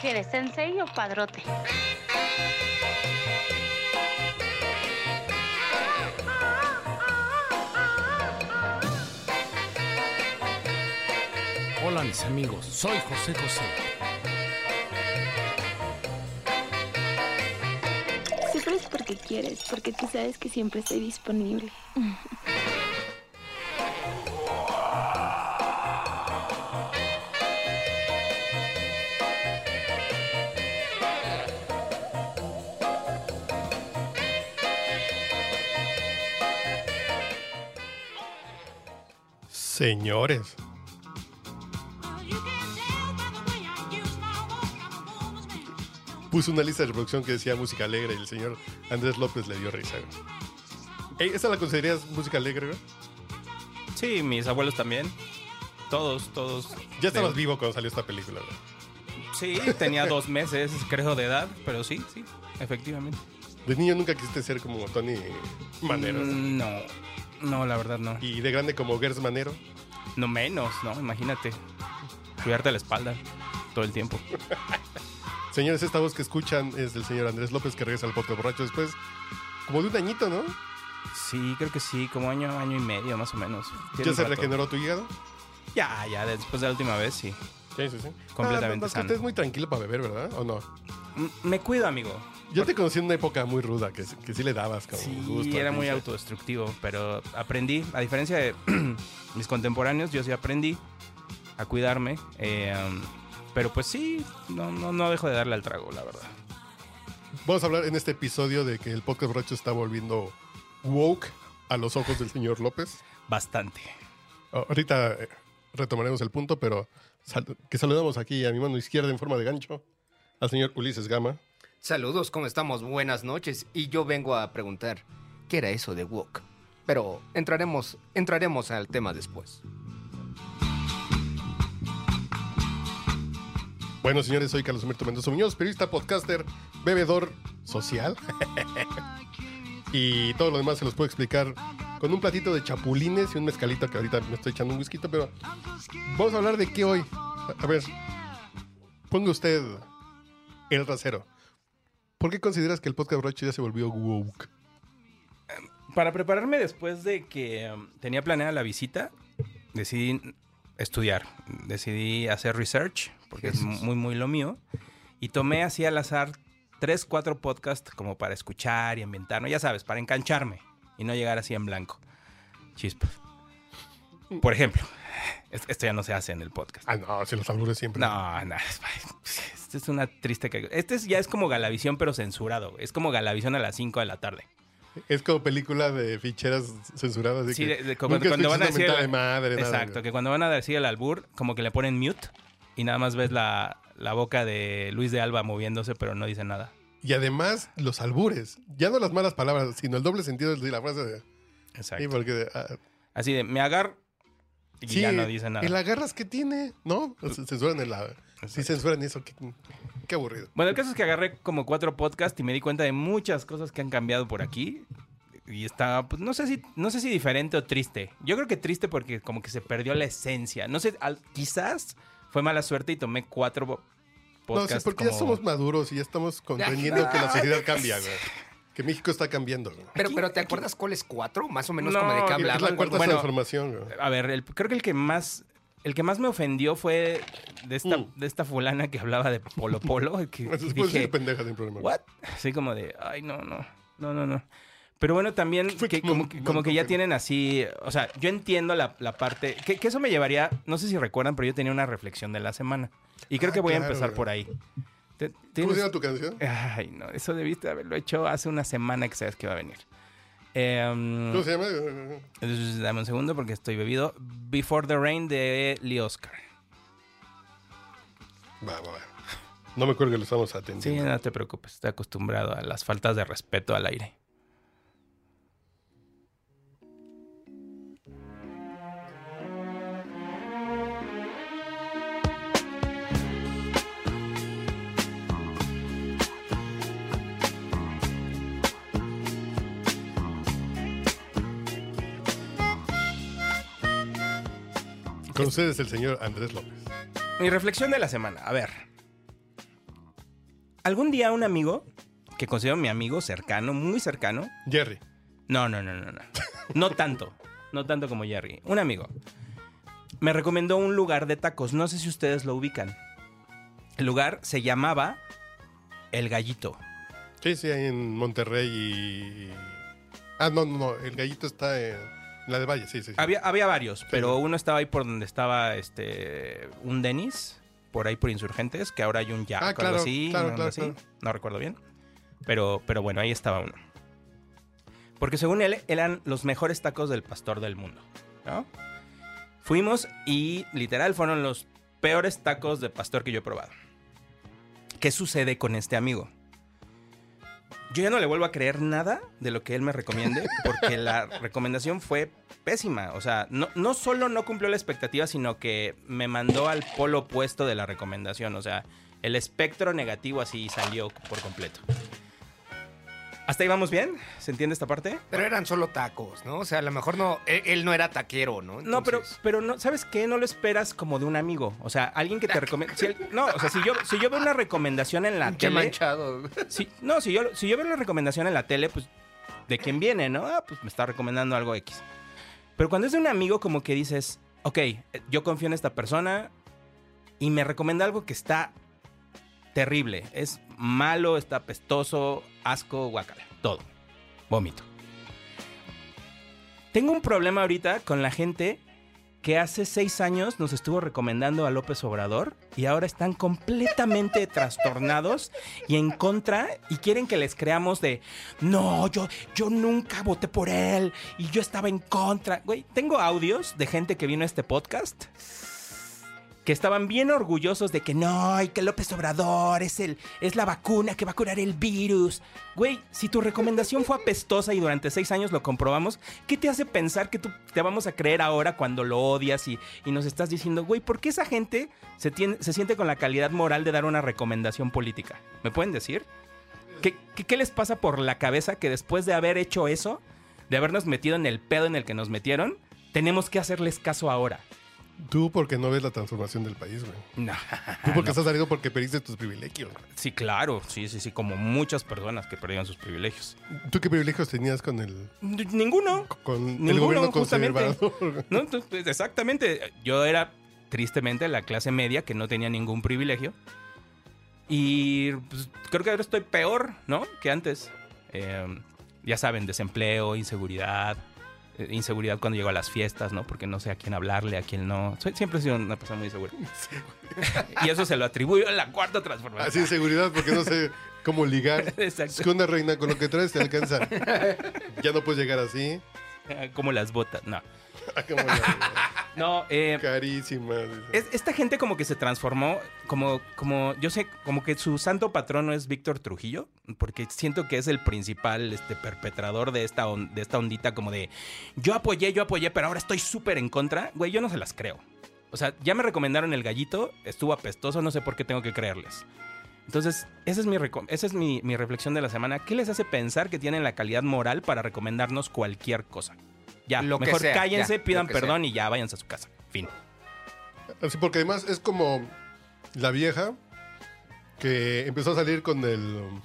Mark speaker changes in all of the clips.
Speaker 1: ¿Quieres sensei o padrote?
Speaker 2: Hola mis amigos, soy José José.
Speaker 3: Siempre es porque quieres, porque tú sabes que siempre estoy disponible.
Speaker 4: Señores, puse una lista de reproducción que decía música alegre y el señor Andrés López le dio risa. güey. Ey, ¿Esa la considerías música alegre? güey?
Speaker 5: Sí, mis abuelos también. Todos, todos.
Speaker 4: Ya estabas
Speaker 5: De-
Speaker 4: vivo cuando salió esta película. güey.
Speaker 5: Sí, tenía dos meses, creo, de edad, pero sí, sí, efectivamente.
Speaker 4: De niño nunca quisiste ser como Tony Manero.
Speaker 5: Mm, No, no, la verdad no.
Speaker 4: Y de grande como Gers Manero.
Speaker 5: No menos, ¿no? Imagínate. Cuidarte la espalda todo el tiempo.
Speaker 4: Señores, esta voz que escuchan es del señor Andrés López que regresa al podcast borracho después. Como de un añito, ¿no?
Speaker 5: Sí, creo que sí, como año, año y medio más o menos. Tiene
Speaker 4: ¿Ya
Speaker 5: un
Speaker 4: se
Speaker 5: rato.
Speaker 4: regeneró tu hígado?
Speaker 5: Ya, ya, después de la última vez, sí.
Speaker 4: Sí, sí, sí.
Speaker 5: Completamente
Speaker 4: Más que
Speaker 5: sano.
Speaker 4: usted es muy tranquilo para beber, ¿verdad? ¿O no?
Speaker 5: M- Me cuido, amigo.
Speaker 4: Yo te conocí en una época muy ruda, que, que sí le dabas como
Speaker 5: Sí,
Speaker 4: gusto.
Speaker 5: era muy
Speaker 4: risa.
Speaker 5: autodestructivo, pero aprendí, a diferencia de mis contemporáneos, yo sí aprendí a cuidarme. eh, um, pero pues sí, no, no, no dejo de darle al trago, la verdad.
Speaker 4: Vamos a hablar en este episodio de que el podcast borracho está volviendo woke a los ojos del señor López.
Speaker 5: Bastante.
Speaker 4: Ahorita eh, retomaremos el punto, pero sal- que saludamos aquí a mi mano izquierda en forma de gancho al señor Ulises Gama.
Speaker 6: Saludos, ¿cómo estamos? Buenas noches. Y yo vengo a preguntar, ¿qué era eso de wok? Pero entraremos, entraremos al tema después.
Speaker 4: Bueno, señores, soy Carlos Humberto Mendoza Muñoz, periodista, podcaster, bebedor social. y todo lo demás se los puedo explicar con un platito de chapulines y un mezcalito que ahorita me estoy echando un whisky, pero vamos a hablar de qué hoy. A a ver, ponga usted el rasero. ¿Por qué consideras que el podcast borracho ya se volvió woke?
Speaker 5: Para prepararme después de que um, tenía planeada la visita, decidí estudiar, decidí hacer research, porque
Speaker 6: Jesús.
Speaker 5: es muy, muy lo mío, y tomé así al azar tres, cuatro podcasts como para escuchar y ambientarme, ya sabes, para engancharme y no llegar así en blanco. Chispas. Por ejemplo, es- esto ya no se hace en el podcast.
Speaker 4: Ah, no, se los albures siempre.
Speaker 5: No, no, es- esto es una triste... ca- Este es- ya es como Galavisión, pero censurado. güey. Es como Galavisión a las 5 de la tarde.
Speaker 4: Es como película de ficheras censuradas. De
Speaker 5: Sí,
Speaker 4: que
Speaker 5: de- de- como
Speaker 4: nunca
Speaker 5: cuando van a
Speaker 4: escuchas
Speaker 5: decir
Speaker 4: una mentada
Speaker 5: la-
Speaker 4: de madre, nada,
Speaker 5: Exacto, que cuando van a decir el albur, como que le ponen mute y nada más ves la, la boca de Luis de Alba moviéndose, pero no dice nada.
Speaker 4: Y además, los albures. Ya no las malas palabras, sino el doble sentido de la frase. De, sí,
Speaker 5: Exacto.
Speaker 4: porque. ah,
Speaker 5: Así de, me agar y
Speaker 4: sí,
Speaker 5: ya no dice nada. Pues,
Speaker 4: El agarras que tiene, ¿no? C- Censuran el. ah, Sí,
Speaker 5: Exacto.
Speaker 4: censuran eso. Qué, qué aburrido.
Speaker 5: Bueno, el caso es que agarré como cuatro podcasts y me di cuenta de muchas cosas que han cambiado por aquí. Y está, pues, no sé si, no sé si diferente o triste. Yo creo que triste porque como que se perdió la esencia. No sé, al- quizás fue mala suerte y tomé cuatro bo-
Speaker 4: No,
Speaker 5: podcasts.
Speaker 4: sí, porque ya
Speaker 5: como-
Speaker 4: somos maduros y ya estamos comprendiendo que la sociedad cambia, güey. Que México está cambiando, güey.
Speaker 6: Pero,
Speaker 5: Aquí-
Speaker 6: pero ¿te
Speaker 5: aquí-
Speaker 6: acuerdas cuál es cuatro? Más o menos
Speaker 5: No,
Speaker 6: como de qué
Speaker 5: es
Speaker 4: Es
Speaker 6: hablaban.
Speaker 4: la cuarta
Speaker 5: Bueno,
Speaker 4: transformación, güey.
Speaker 5: A ver, el- creo que el que más el que más me ofendió fue de esta,
Speaker 4: Mm. Pues,
Speaker 5: de esta fulana que hablaba de Polo Polo. Que, que
Speaker 4: Después
Speaker 5: dije,
Speaker 4: decir pendeja sin problema.
Speaker 5: ¿what? Así como de, ay, no, no, no, no, no. Pero bueno, también
Speaker 4: Fue
Speaker 5: que
Speaker 4: como-
Speaker 5: como, que- como que ya tienen así, o sea, yo entiendo la, la parte, que, que eso me llevaría, no sé si recuerdan, pero yo tenía una reflexión de la semana. Y creo
Speaker 4: Ah,
Speaker 5: que voy
Speaker 4: claro,
Speaker 5: a empezar
Speaker 4: güey.
Speaker 5: por ahí. Te-
Speaker 4: ¿Cómo
Speaker 5: tienes-
Speaker 4: se llama tu canción?
Speaker 5: Ay, no, eso debiste haberlo hecho hace una semana que sabes que va a venir. Em,
Speaker 4: ¿Cómo se llama?
Speaker 5: entonces, Dame un segundo porque estoy bebido. Before the Rain de Lee Oscar.
Speaker 4: Va, va, va. No me acuerdo que lo estamos
Speaker 5: Sí,
Speaker 4: atendiendo.
Speaker 5: no te preocupes, estoy acostumbrado a las faltas de respeto al aire.
Speaker 4: Con ustedes el señor Andrés López.
Speaker 5: Mi reflexión de la semana, a ver. Algún día un amigo, que considero mi amigo cercano, muy cercano,
Speaker 4: Jerry.
Speaker 5: no, no, no, no, no. No tanto, no tanto como Jerry. Un amigo me recomendó un lugar de tacos, no sé si ustedes lo ubican. El lugar se llamaba El Gallito.
Speaker 4: Sí, sí, ahí en Monterrey y... Ah, no, no, no, el gallito está en la de Valle, sí, sí. sí.
Speaker 5: Había, había varios, pero uno estaba ahí por donde estaba este un Denis, por ahí por Insurgentes, que ahora hay un Jack
Speaker 4: Ah,
Speaker 5: o
Speaker 4: claro,
Speaker 5: algo así,
Speaker 4: claro,
Speaker 5: no,
Speaker 4: claro,
Speaker 5: así,
Speaker 4: claro.
Speaker 5: no recuerdo bien. Pero, pero bueno, ahí estaba uno. Porque según él, eran los mejores tacos del pastor del mundo, ¿no? Fuimos y literal fueron los peores tacos de pastor que yo he probado. ¿Qué sucede con este amigo? Yo ya no le vuelvo a creer nada de lo que él me recomiende, porque la recomendación fue pésima. O sea, no, no solo no cumplió la expectativa, sino que me mandó al polo opuesto de la recomendación. O sea, el espectro negativo así salió por completo. ¿Hasta ahí vamos bien? ¿Se entiende esta parte?
Speaker 6: Pero eran solo tacos, ¿no? O sea, a lo mejor no, él, él no era taquero, ¿no?
Speaker 5: No, pero,
Speaker 6: Entonces,
Speaker 5: pero no, ¿sabes qué? No lo esperas como de un amigo. O sea, alguien
Speaker 6: Ah,
Speaker 5: que te recomienda. no, o sea, si yo, si yo veo una recomendación en la
Speaker 6: Qué
Speaker 5: tele.
Speaker 6: manchado.
Speaker 5: Si, no, si yo, si yo veo la recomendación en la tele, pues de quién viene, ¿no? Ah, pues me está recomendando algo X. Pero cuando es de un amigo, como que dices, ok, eh, yo confío en esta persona y me recomienda algo que está terrible. Es malo, está pestoso, asco, guacala, todo. Vómito. Tengo un problema ahorita con la gente que hace seis años nos estuvo recomendando a López Obrador y ahora están completamente trastornados y en contra y quieren que les creamos de no, yo, yo nunca voté por él y yo estaba en contra. Güey, tengo audios de gente que vino a este podcast que estaban bien orgullosos de que no, y que López Obrador es, el, es la vacuna que va a curar el virus. Güey, si tu recomendación fue apestosa y durante seis años lo comprobamos, ¿qué te hace pensar que tú te vamos a creer ahora cuando lo odias y, y nos estás diciendo, güey, ¿por qué esa gente se, tiene- se siente con la calidad moral de dar una recomendación política? ¿Me pueden decir? ¿Qué, qué, qué les pasa por la cabeza que después de haber hecho eso, de habernos metido en el pedo en el que nos metieron, tenemos que hacerles caso ahora?
Speaker 4: Tú porque no ves la transformación del país, güey.
Speaker 5: No.
Speaker 4: Tú porque estás saliendo porque perdiste tus privilegios.
Speaker 5: Sí, claro, sí, sí, sí, como muchas personas que perdieron sus privilegios.
Speaker 4: ¿Tú qué privilegios tenías con el,
Speaker 5: N- Ninguno.
Speaker 4: con el
Speaker 5: Ninguno,
Speaker 4: gobierno
Speaker 5: justamente.
Speaker 4: conservador?
Speaker 5: No, Entonces, pues, exactamente. Yo era tristemente la clase media que no tenía ningún privilegio. Y pues, creo que ahora estoy peor, ¿no? Que antes. Eh, ya saben, desempleo, inseguridad. eh, inseguridad cuando llego a las fiestas, ¿no? Porque no sé a quién hablarle, a quién no. Soy, siempre he sido una persona muy insegura. y eso se lo atribuyo a la cuarta transformación.
Speaker 4: Así de seguridad porque no sé cómo ligar.
Speaker 5: Exacto.
Speaker 4: Es que una reina con lo que traes te alcanza. Ya no puedes llegar así.
Speaker 5: Como las botas. No.
Speaker 4: Ah, cómo la-
Speaker 5: No, eh,
Speaker 4: Carísima. dice.
Speaker 5: Es- esta gente como que se transformó, como, como, yo sé, como que su santo patrono es Víctor Trujillo, porque siento que es el principal este, perpetrador de esta, on- de esta ondita como de, yo apoyé, yo apoyé, pero ahora estoy súper en contra. Güey, yo no se las creo. O sea, ya me recomendaron el gallito, estuvo apestoso, no sé por qué tengo que creerles. Entonces, esa es, mi, reco- esa es mi, mi reflexión de la semana. ¿Qué les hace pensar que tienen la calidad moral para recomendarnos cualquier cosa? Ya,
Speaker 6: Lo que
Speaker 5: mejor
Speaker 6: sea,
Speaker 5: cállense,
Speaker 6: ya, lo
Speaker 5: pidan
Speaker 6: que sea.
Speaker 5: perdón y ya váyanse a su casa. Fin.
Speaker 4: Así porque además es como la vieja que empezó a salir con el um,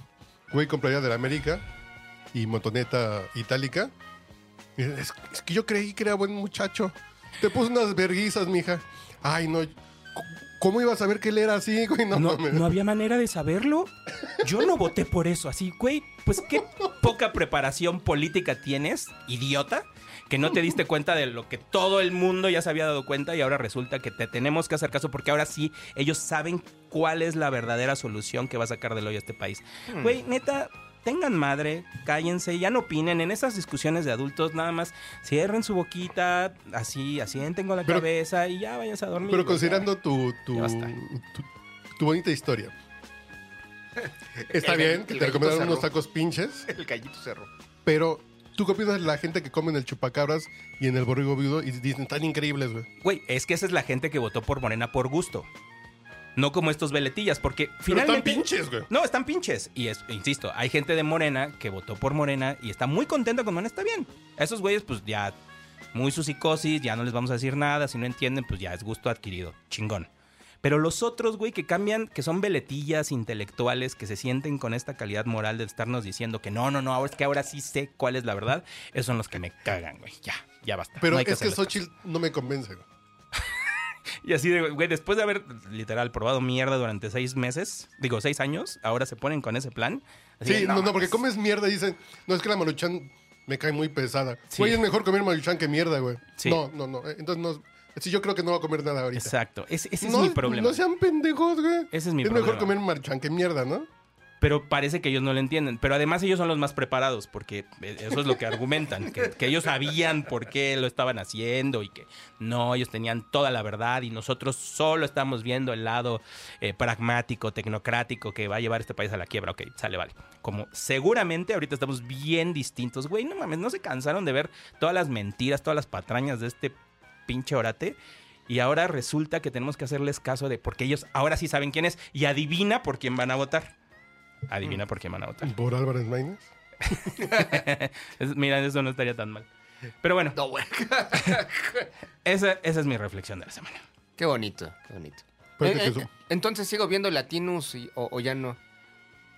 Speaker 4: güey con playera de la América y motoneta itálica. Y Es, es que yo creí que era buen muchacho. Te puso unas verguizas, mija. Ay, no. c- ¿Cómo ibas a saber que él era así, güey? No,
Speaker 5: No,
Speaker 4: mames.
Speaker 5: no había manera de saberlo. Yo no voté por eso. Así, güey, pues qué poca preparación política tienes, idiota, que no te diste cuenta de lo que todo el mundo ya se había dado cuenta y ahora resulta que te tenemos que hacer caso porque ahora sí ellos saben cuál es la verdadera solución que va a sacar del hoyo a este país.
Speaker 4: Hmm.
Speaker 5: Güey, neta. Tengan madre, cállense, ya no opinen. En esas discusiones de adultos, nada más cierren su boquita, así, asienten con la
Speaker 4: Pero-
Speaker 5: cabeza y ya váyanse a dormir.
Speaker 4: Pero
Speaker 5: güey, ya.
Speaker 4: considerando tu, tu,
Speaker 5: Ya basta.
Speaker 4: tu, tu bonita historia. Está
Speaker 6: El gallito-
Speaker 4: bien que
Speaker 6: el
Speaker 4: te
Speaker 6: gallito
Speaker 4: recomendaron unos
Speaker 6: cerró.
Speaker 4: tacos pinches,
Speaker 6: El gallito cerró.
Speaker 4: pero ¿tú qué opinas de la gente que come en el chupacabras y en el borrego viudo y dicen tan increíbles, güey?
Speaker 5: Güey, es que esa es la gente que votó por Morena por gusto. No como estos veletillas, porque
Speaker 4: Pero
Speaker 5: finalmente...
Speaker 4: están pinches, güey.
Speaker 5: No, están pinches. Y es, insisto, hay gente de Morena que votó por Morena y está muy contenta con Morena. Está bien. A esos güeyes, pues ya muy su psicosis, ya no les vamos a decir nada, si no entienden, pues ya es gusto adquirido, chingón. Pero los otros, güey, que cambian, que son veletillas intelectuales, que se sienten con esta calidad moral de estarnos diciendo que no, no, no, ahora es que ahora sí sé cuál es la verdad, esos son los que me cagan, güey. Ya, ya basta.
Speaker 4: Pero
Speaker 5: No hay
Speaker 4: es que
Speaker 5: hacerles caso.
Speaker 4: Xochitl no me convence. güey.
Speaker 5: Y así de, güey, después de haber literal probado mierda durante seis meses, digo seis años, ahora se ponen con ese plan. Así
Speaker 4: Sí,
Speaker 5: de,
Speaker 4: no, no, porque
Speaker 5: mames.
Speaker 4: comes mierda y dicen, no, es que la maruchan me cae muy pesada.
Speaker 5: Sí.
Speaker 4: Güey, es mejor comer maruchan que mierda, güey.
Speaker 5: Sí.
Speaker 4: No, no, no. eh, Entonces, no. Sí, yo creo que no va a comer nada ahorita.
Speaker 5: Exacto. Ese, ese
Speaker 4: no,
Speaker 5: es mi problema.
Speaker 4: No sean pendejos, güey.
Speaker 5: Ese es mi
Speaker 4: mejor
Speaker 5: problema.
Speaker 4: comer maruchan que mierda, ¿no?
Speaker 5: Pero parece que ellos no lo entienden. Pero además ellos son los más preparados, porque eh, eso es lo que argumentan, que, que ellos sabían por qué lo estaban haciendo y que no, ellos tenían toda la verdad y nosotros solo estamos viendo el lado eh, pragmático, tecnocrático que va a llevar este país a la quiebra. Ok, sale, vale. Como seguramente ahorita estamos bien distintos, güey, no mames, no se cansaron de ver todas las mentiras, todas las patrañas de este pinche orate. Y ahora resulta que tenemos que hacerles caso de porque ellos ahora sí saben quién es y adivina por quién van a votar. Adivina por quién van a votar.
Speaker 4: Por Álvarez Maínez.
Speaker 5: Eh, Es- Mira, eso no estaría tan mal. Pero bueno,
Speaker 6: No, güey.
Speaker 5: esa, esa es mi reflexión de la semana.
Speaker 6: Qué bonito, qué bonito.
Speaker 4: Parece
Speaker 6: Eh,
Speaker 4: que
Speaker 6: eh,
Speaker 4: eso-
Speaker 6: entonces sigo viendo Latinus y- o, o ya no.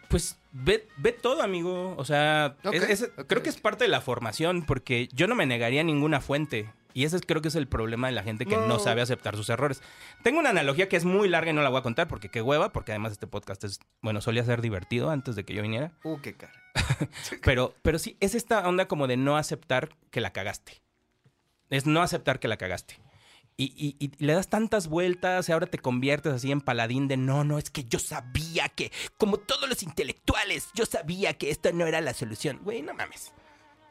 Speaker 5: Pues ve, ve todo, amigo. O sea,
Speaker 6: Ok,
Speaker 5: es- es-
Speaker 6: ok,
Speaker 5: creo que es
Speaker 6: ok.
Speaker 5: parte de la formación porque yo no me negaría ninguna fuente. Y ese es- creo que es el problema de la gente que no.
Speaker 4: No.
Speaker 5: sabe aceptar sus errores. Tengo una analogía que es muy larga y no la voy a contar porque qué hueva, porque además este podcast es, bueno, solía ser divertido antes de que yo viniera.
Speaker 6: Uh, qué cara.
Speaker 5: Pero, pero sí, es esta onda como de no aceptar que la cagaste. Es no aceptar que la cagaste. Y, y- y le das tantas vueltas y ahora te conviertes así en paladín de no, no, es que yo sabía que, como todos los intelectuales, yo sabía que esto no era la solución. Güey, no mames.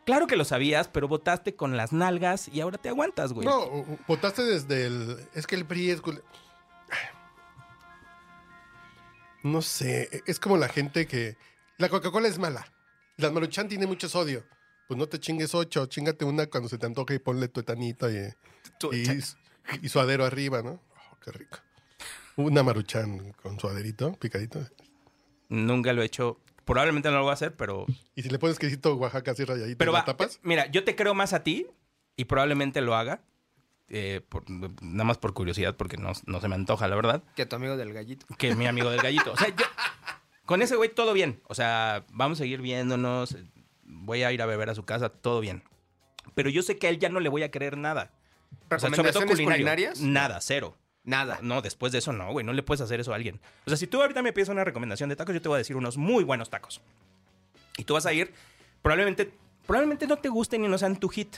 Speaker 5: Claro que lo sabías, pero votaste con las nalgas y ahora te aguantas, güey.
Speaker 4: No, o- o- votaste desde el. Es que el PRI es. cul- No sé. e, Es como la gente que. La Coca-Cola es mala. La Maruchan tiene mucho sodio. Pues no te chingues ocho, chingate una cuando se te antoje y ponle tu etanito y, y, y suadero arriba, ¿no? Oh, qué rico. Una maruchan con suaderito, picadito.
Speaker 5: Nunca lo he hecho. Probablemente no lo voy a hacer, pero.
Speaker 4: Y si le pones quesito Oaxaca así rayadito
Speaker 5: Pero
Speaker 4: y la
Speaker 5: va. eh,
Speaker 4: tapas.
Speaker 5: Mira, yo te creo más a ti y probablemente lo haga. eh, por- nada más por curiosidad, porque no- no se me antoja, la verdad.
Speaker 6: Que tu amigo del gallito.
Speaker 5: que mi amigo del gallito. O sea, yo- con ese güey todo bien. O sea, vamos a seguir viéndonos. Voy a ir a beber a su casa, todo bien. Pero yo sé que a él ya no le voy a creer nada. O sea, sobre todo
Speaker 6: ¿Recomendaciones
Speaker 5: culinario.
Speaker 6: culinarias?
Speaker 5: Nada, cero.
Speaker 6: Nada.
Speaker 5: No, después de eso no, güey. No le puedes hacer eso a alguien. O sea, si tú ahorita me pides una recomendación de tacos, yo te voy a decir unos muy buenos tacos. Y tú vas a ir, probablemente, probablemente no te gusten y no sean tu hit.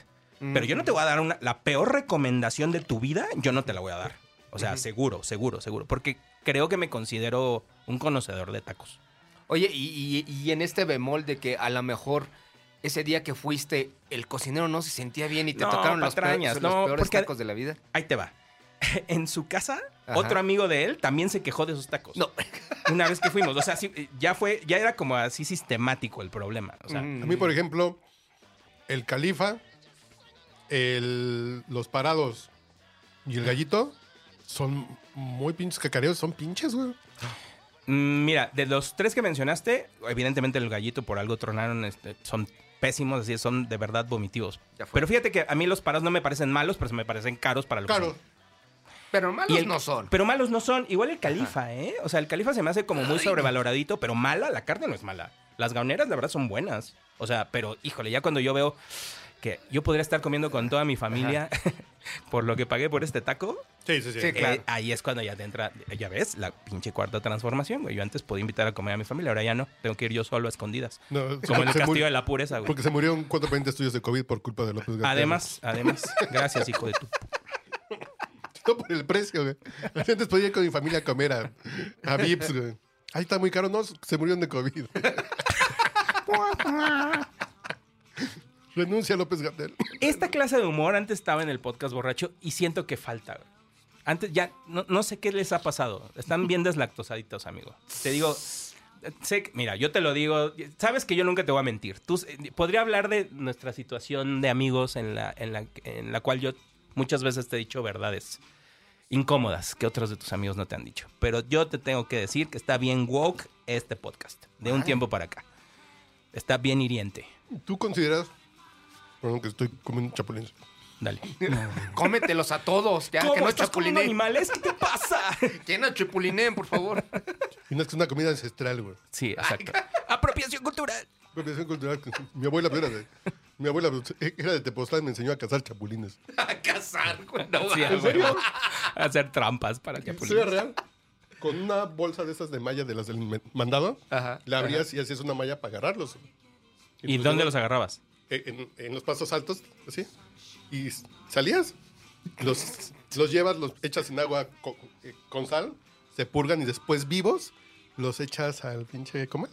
Speaker 5: Pero yo no te voy a dar una, la peor recomendación de tu vida, yo no te la voy a dar. O sea, seguro, seguro, seguro. Porque creo que me considero un conocedor de tacos.
Speaker 6: Oye, y, y- y en este bemol de que a lo mejor ese día que fuiste, el cocinero no se sentía bien y te
Speaker 5: No,
Speaker 6: tocaron los, peor-
Speaker 5: patrañas,
Speaker 6: los
Speaker 5: no,
Speaker 6: peores
Speaker 5: porque-
Speaker 6: tacos de la vida.
Speaker 5: Ahí te va. En su casa,
Speaker 6: Ajá.
Speaker 5: otro amigo de él también se quejó de esos tacos.
Speaker 6: No.
Speaker 5: Una vez que fuimos. O sea, sí, ya fue, ya era como así sistemático el problema. O sea,
Speaker 6: Mm.
Speaker 4: A mí, por ejemplo, el califa, el- los parados y el gallito son muy pinches cacareos, son pinches, güey.
Speaker 5: Mm, Mira, de los tres que mencionaste, evidentemente el gallito por algo tronaron, este, son pésimos, así son de verdad vomitivos.
Speaker 6: Ya fue.
Speaker 5: Pero fíjate que a mí los paras no me parecen malos, pero se me parecen caros para lo que
Speaker 4: Claro,
Speaker 5: son.
Speaker 6: Pero malos
Speaker 5: Y el-
Speaker 6: no son.
Speaker 5: Pero malos no son. Igual el califa, ¿eh? O sea, el califa se me hace como muy sobrevaloradito, pero mala, la carne no es mala. Las gauneras, la verdad, son buenas. O sea, pero híjole, ya cuando yo veo que yo podría estar comiendo con toda mi familia por lo que pagué por este taco,
Speaker 4: sí, sí, sí.
Speaker 6: Sí, claro.
Speaker 5: eh, ahí es cuando ya te entra, ya ves, la pinche cuarta transformación, güey. Yo antes podía invitar a comer a mi familia, ahora ya no. Tengo que ir yo solo a escondidas.
Speaker 4: No, es
Speaker 5: Como en
Speaker 4: porque
Speaker 5: el
Speaker 4: se
Speaker 5: castillo
Speaker 4: murió-
Speaker 5: de la pureza, güey.
Speaker 4: Porque se murieron cuatro parientes tuyos de COVID por culpa de López Gatell.
Speaker 5: Además, además, gracias, hijo de tu.
Speaker 4: No por el precio, güey. Antes podía ir con mi familia a comer a, a Vips, güey. Ahí está muy caro, no, se murieron de COVID. Renuncia López Gatel.
Speaker 5: Esta clase de humor antes estaba en el podcast borracho y siento que falta, güey. Antes ya, no, no sé qué les ha pasado. Están bien deslactosaditos, amigo. Te digo, sé que- mira, yo te lo digo, sabes que yo nunca te voy a mentir. Tú, eh, podría hablar de nuestra situación de amigos en la, en la, en la cual yo muchas veces te he dicho verdades incómodas que otros de tus amigos no te han dicho. Pero yo te tengo que decir que está bien woke este podcast, de un tiempo para acá. Está bien hiriente.
Speaker 4: ¿Tú consideras... Perdón, que estoy comiendo chapulines.
Speaker 5: Dale.
Speaker 6: Cómetelos a todos, ya,
Speaker 5: ¿Cómo
Speaker 6: que no
Speaker 5: estás comiendo
Speaker 6: chapulineen.
Speaker 5: animales? ¿Qué te pasa?
Speaker 6: Que no chapulineen, por favor.
Speaker 4: Y no es que es una comida ancestral, güey.
Speaker 5: Sí, exacto. Apropiación cultural.
Speaker 4: Apropiación cultural. Mi abuela era de, mi abuela era de Tepoztlán y me enseñó a cazar chapulines.
Speaker 6: A cazar, güey. No,
Speaker 5: Sí,
Speaker 6: mames.
Speaker 5: a huevo. Hacer trampas para
Speaker 4: ¿Sí es
Speaker 5: chapulines.
Speaker 4: real? Con una bolsa de esas de malla de las del me- mandado,
Speaker 6: Ajá,
Speaker 4: la abrías y hacías una malla para agarrarlos.
Speaker 5: ¿Y
Speaker 4: pues,
Speaker 5: dónde
Speaker 4: yo-
Speaker 5: los agarrabas?
Speaker 4: En, en los pasos altos, así. Y s- salías. Los, los llevas, los echas en agua co- eh, con, sal, se purgan y después vivos los echas al pinche comer.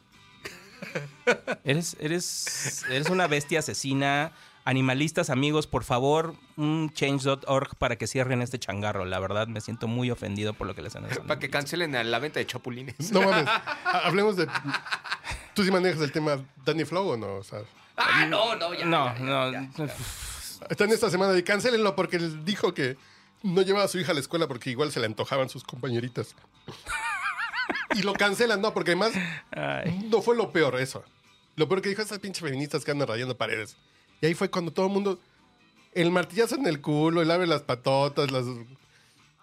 Speaker 5: Eres, eres, eres una bestia asesina. Animalistas, amigos, por favor, un change.org para que cierren este changarro. La verdad, me siento muy ofendido por lo que les han hecho.
Speaker 6: Para que cancelen a la venta de chapulines.
Speaker 4: No mames. Ha- Hablemos de. ¿Tú sí manejas el tema Danny Flow o no? O sea,
Speaker 6: Ah, no, no, ya.
Speaker 5: No,
Speaker 6: ya, ya,
Speaker 5: no.
Speaker 6: ya.
Speaker 4: están esta semana de cancelenlo porque él dijo que no llevaba a su hija a la escuela porque igual se le antojaban sus compañeritas. y lo cancelan, no, porque además
Speaker 5: Ay.
Speaker 4: no fue lo peor eso. Lo peor que dijo esas pinches feministas que andan rayando paredes. Y ahí fue cuando todo el mundo. El martillazo en el culo, el ave las patotas, las.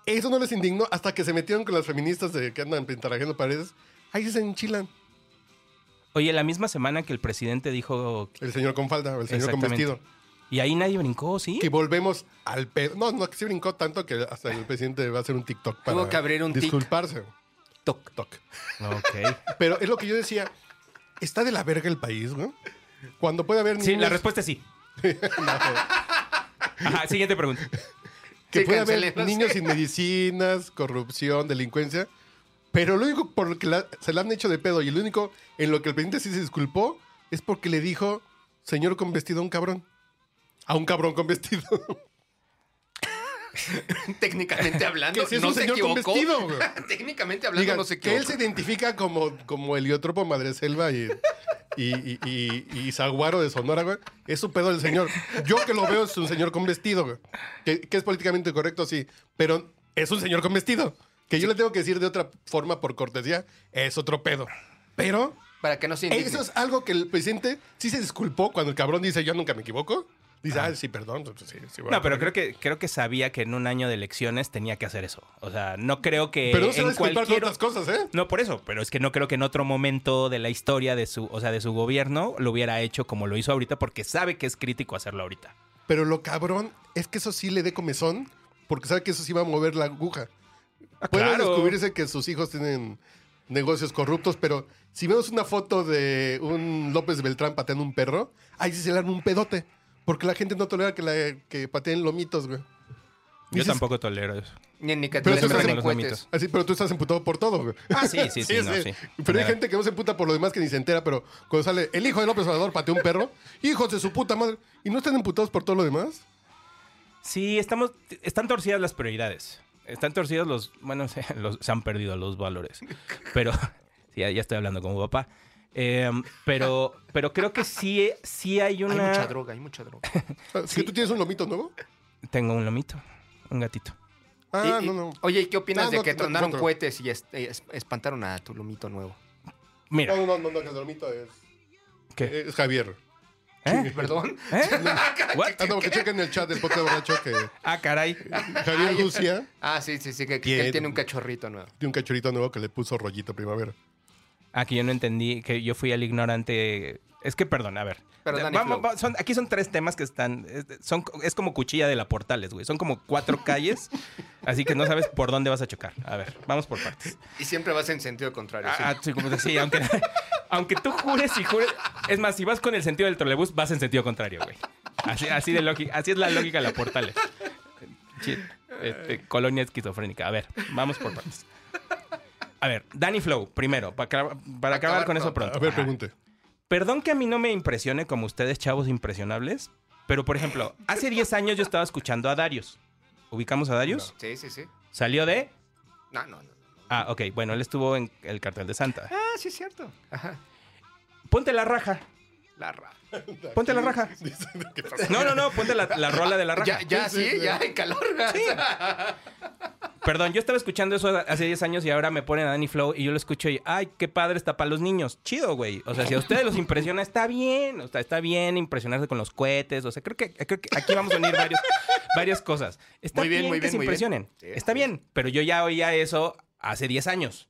Speaker 4: Eso no les indignó hasta que se metieron con las feministas de que andan pintarrajeando paredes. Ahí sí se enchilan.
Speaker 5: Oye, la misma semana que el presidente dijo.
Speaker 4: El señor con falda, el señor con
Speaker 5: Exactamente.
Speaker 4: vestido.
Speaker 5: Y ahí nadie brincó, ¿sí?
Speaker 4: Que volvemos al pedo. No, no, que se brincó tanto que hasta el presidente va a hacer un TikTok para
Speaker 6: Tuvo que abrir un tic.
Speaker 4: disculparse.
Speaker 6: Toc.
Speaker 4: Toc.
Speaker 5: Ok.
Speaker 4: Pero es lo que yo decía. Está de la verga el país, ¿no? Cuando puede haber
Speaker 5: Sí, la
Speaker 4: niños
Speaker 5: respuesta es sí. Ajá, siguiente pregunta.
Speaker 4: que
Speaker 6: Sí,
Speaker 4: puede
Speaker 6: cancelé,
Speaker 4: haber
Speaker 6: no
Speaker 4: niños
Speaker 6: sé.
Speaker 4: sin medicinas, corrupción, delincuencia, pero lo único por lo que la- se la han hecho de pedo y lo único en lo que el presidente sí se disculpó es porque le dijo señor con vestido a un cabrón. A un cabrón con vestido.
Speaker 6: Técnicamente hablando,
Speaker 4: Que si es
Speaker 6: no
Speaker 4: un
Speaker 6: se
Speaker 4: señor con
Speaker 6: equivocó.
Speaker 4: vestido, güey.
Speaker 6: Técnicamente hablando,
Speaker 4: Diga,
Speaker 6: no se
Speaker 4: que
Speaker 6: equivocó.
Speaker 4: él se identifica como, como Heliotropo Madre Selva y, y, y, y- y Zaguaro de Sonora, güey. Es su pedo el señor. Yo que lo veo es un señor con vestido, güey. Que, que es políticamente correcto, sí. Pero es un señor con vestido. Que yo le tengo que decir de otra forma por cortesía, es otro pedo. Pero
Speaker 6: Para que no se indigne.
Speaker 4: eso es algo que el presidente sí se disculpó cuando el cabrón dice yo nunca me equivoco. Dice, ah, sí, perdón. pues, sí, sí, bueno.
Speaker 5: No, pero creo que, creo que sabía que en un año de elecciones tenía que hacer eso. O sea, no creo que
Speaker 4: Pero no se va a
Speaker 5: en
Speaker 4: disculpar
Speaker 5: cualquier...
Speaker 4: por otras cosas, ¿eh?
Speaker 5: No, por eso, pero es que no creo que en otro momento de la historia de su, o sea, de su gobierno lo hubiera hecho como lo hizo ahorita porque sabe que es crítico hacerlo ahorita.
Speaker 4: Pero lo cabrón es que eso sí le dé comezón, porque sabe que eso sí va a mover la aguja. Puede
Speaker 5: claro.
Speaker 4: descubrirse que sus hijos tienen negocios corruptos, pero si vemos una foto de un López Beltrán pateando un perro, ahí sí se le dan un pedote, porque la gente no tolera que, la- que pateen lomitos, güey.
Speaker 5: Yo
Speaker 4: Dices-
Speaker 5: tampoco tolero eso.
Speaker 6: Ni, ni que te
Speaker 4: Pero
Speaker 6: les
Speaker 4: eso es
Speaker 6: metan
Speaker 4: en
Speaker 5: los
Speaker 6: cohetes.
Speaker 4: Así, pero tú estás emputado por todo, güey.
Speaker 5: Ah, sí, sí, sí, no,
Speaker 4: Pero
Speaker 5: sí.
Speaker 4: hay
Speaker 5: Claro.
Speaker 4: gente que no se emputa por lo demás que ni se entera, pero cuando sale el hijo de López Obrador pateó un perro, hijos de su puta madre, ¿y no están emputados por todo lo demás?
Speaker 5: Sí, estamos, están torcidas las prioridades. Están torcidos los, bueno, se, los- se han perdido los valores. Pero, sí, ya, ya estoy hablando como papá. Eh, pero, pero creo que sí, sí hay
Speaker 6: Hay
Speaker 5: una...
Speaker 6: mucha droga, hay mucha droga.
Speaker 4: ¿Es
Speaker 5: Sí.
Speaker 4: que tú tienes un lomito nuevo?
Speaker 5: Tengo un lomito, un gatito.
Speaker 4: Ah,
Speaker 6: Y- y-
Speaker 4: no, no.
Speaker 6: Oye, ¿y qué opinas
Speaker 4: Ah,
Speaker 6: de
Speaker 4: no,
Speaker 6: que
Speaker 4: no,
Speaker 6: tronaron
Speaker 4: otro.
Speaker 6: cohetes y es- eh, es- espantaron a tu lomito nuevo?
Speaker 5: Mira,
Speaker 4: No, no, no, no, que el lomito es,
Speaker 5: ¿qué?
Speaker 4: es Javier.
Speaker 5: ¿Eh?
Speaker 6: ¿Perdón?
Speaker 5: ¿Eh? What?
Speaker 4: Ah, no, que chequen el chat del podcast borracho que
Speaker 5: Ah, caray.
Speaker 4: Javier Lucia
Speaker 6: Ah, sí, sí, sí, que, que
Speaker 4: Bien.
Speaker 6: él tiene un cachorrito nuevo.
Speaker 4: de un cachorrito nuevo que le puso rollito primavera.
Speaker 5: Ah, que yo no entendí, que yo fui al ignorante. Es que, perdón, a ver.
Speaker 6: Pero
Speaker 5: Eh,
Speaker 6: Dani
Speaker 5: vamos,
Speaker 6: Flow.
Speaker 5: va- son, aquí son tres temas que están. Es, son, es como cuchilla de la portales, güey. Son como cuatro calles. así que no sabes por dónde vas a chocar. A ver, vamos por partes.
Speaker 6: Y siempre vas en sentido contrario. sí.
Speaker 5: Ah, sí, como que sí, aunque, aunque tú jures y jures. Es más, si vas con el sentido del trolebús, vas en sentido contrario, güey. Así, así de lógica. Así es la lógica de la portales. Chi- este, colonia esquizofrénica. A ver, vamos por partes. A ver, Danny Flow, primero, para, acab- para acabar
Speaker 6: Acabar
Speaker 5: con eso pronto.
Speaker 4: A ver,
Speaker 5: Ajá.
Speaker 4: pregunte.
Speaker 5: Perdón que a mí no me impresione como ustedes, chavos impresionables, pero por ejemplo, hace 10 años yo estaba escuchando a Darius. ¿Ubicamos a Darius?
Speaker 6: Sí, sí, sí.
Speaker 5: Salió de.
Speaker 6: No, no, no.
Speaker 5: Ah, ok, bueno, él estuvo en el cartel de Santa.
Speaker 6: Ah, sí, es cierto. Ajá.
Speaker 5: Ponte la raja.
Speaker 6: La ra.
Speaker 5: Ponte la raja. No, no, no, ponte la, la rola de la raja.
Speaker 6: Ya, ya, sí, ya, en calor.
Speaker 5: Perdón, yo estaba escuchando eso hace 10 años y ahora me ponen a Danny Flow y yo lo escucho y, ay, qué padre está para los niños. Chido, güey. O sea, si a ustedes los impresiona, está bien. O sea, está bien impresionarse con los cohetes. O sea, creo que, creo que aquí vamos a unir varios, varias cosas. Está
Speaker 6: Muy
Speaker 5: bien,
Speaker 6: bien, muy
Speaker 5: que
Speaker 6: bien,
Speaker 5: se
Speaker 6: muy bien.
Speaker 5: impresionen.
Speaker 6: Sí,
Speaker 5: está
Speaker 6: así es.
Speaker 5: bien, pero yo ya oía eso hace 10 años.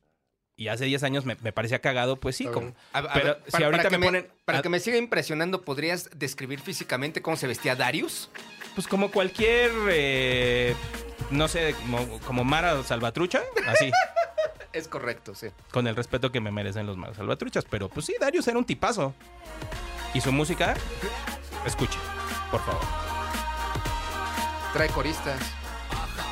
Speaker 5: Y hace 10 años me, me parecía cagado, pues sí.
Speaker 4: Está
Speaker 5: Como,
Speaker 4: bien.
Speaker 6: A- a
Speaker 5: pero
Speaker 6: ver,
Speaker 5: si
Speaker 6: para-
Speaker 5: ahorita
Speaker 6: para que
Speaker 5: me ponen...
Speaker 6: Para
Speaker 5: a-
Speaker 6: que me siga impresionando, ¿podrías describir físicamente cómo se vestía Darius?
Speaker 5: Pues como cualquier... eh, no sé, como, como Mara Salvatrucha, así.
Speaker 6: Es correcto, sí.
Speaker 5: con el respeto que me merecen los más salvatruchas. Pero pues sí, Darius era un tipazo. Y su música, escuche, por favor.
Speaker 6: Trae coristas.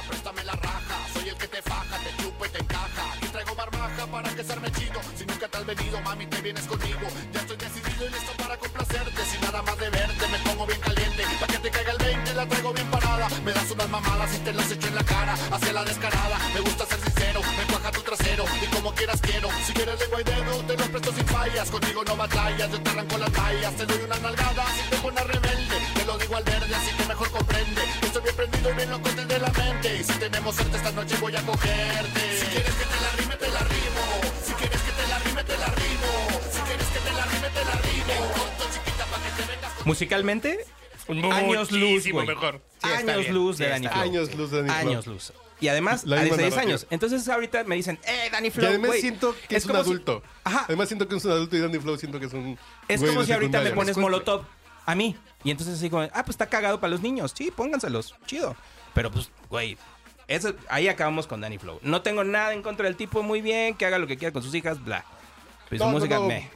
Speaker 7: Préstame la raja, soy el que te faja, te chupo y te encaja. Aquí traigo barbaja para que serme chido. Si nunca te has venido, mami, te vienes conmigo. Ya estoy decidido y listo para complacerte. Sin nada más de verte, me pongo bien caliente. Pa' que te caiga el 20, la traigo bien parada. Me das unas mamadas y te las echo en la cara. Hacia la descarada, me gusta ser sincero. Me cuaja tu trasero y como quieras quiero. Si quieres lengua y dedo, te los presto sin fallas. Contigo no batallas, yo te arranco las tallas. Te doy una nalgada si te pones rebelde. Te lo digo al verde, así que mejor comprende. Yo Estoy bien prendido y bien loco de la mente. Y si tenemos suerte esta noche voy a cogerte. Si quieres que te la rime, te la rimo. Si quieres que te la rime, te la rimo. Si quieres que te la rime, te la rimo. En corto, chiquita, pa' que te vengas con...
Speaker 5: Musicalmente, años luz,
Speaker 4: Muchísimo
Speaker 5: güey.
Speaker 4: mejor.
Speaker 6: Sí, está
Speaker 5: años
Speaker 6: bien,
Speaker 5: luz
Speaker 6: sí,
Speaker 5: de
Speaker 6: está
Speaker 5: Danny
Speaker 6: bien.
Speaker 5: Flow.
Speaker 4: Años luz de Danny Flow.
Speaker 5: Años luz. Y además,
Speaker 4: La
Speaker 5: a
Speaker 4: misma
Speaker 5: 16
Speaker 4: narrativa.
Speaker 5: años. Entonces ahorita me dicen, eh, Danny
Speaker 4: Y
Speaker 5: Flow,
Speaker 4: además
Speaker 5: güey,
Speaker 4: siento que es, un
Speaker 5: como si-
Speaker 4: adulto.
Speaker 5: Ajá.
Speaker 4: Además siento que es un adulto y Danny Flow siento que es un.
Speaker 5: Es
Speaker 4: güey
Speaker 5: como
Speaker 4: de
Speaker 5: si ahorita me
Speaker 4: secundaria.
Speaker 5: pones molotov a mí. Y entonces así como, ah, pues está cagado para los niños. Sí, pónganselos. Chido. Pero pues, güey. Eso, ahí acabamos con Danny Flow. No tengo nada en contra del tipo, muy bien, que haga lo que quiera con sus hijas, bla.
Speaker 4: No,
Speaker 5: Pero su
Speaker 4: no,
Speaker 5: música,
Speaker 4: no.
Speaker 5: meh.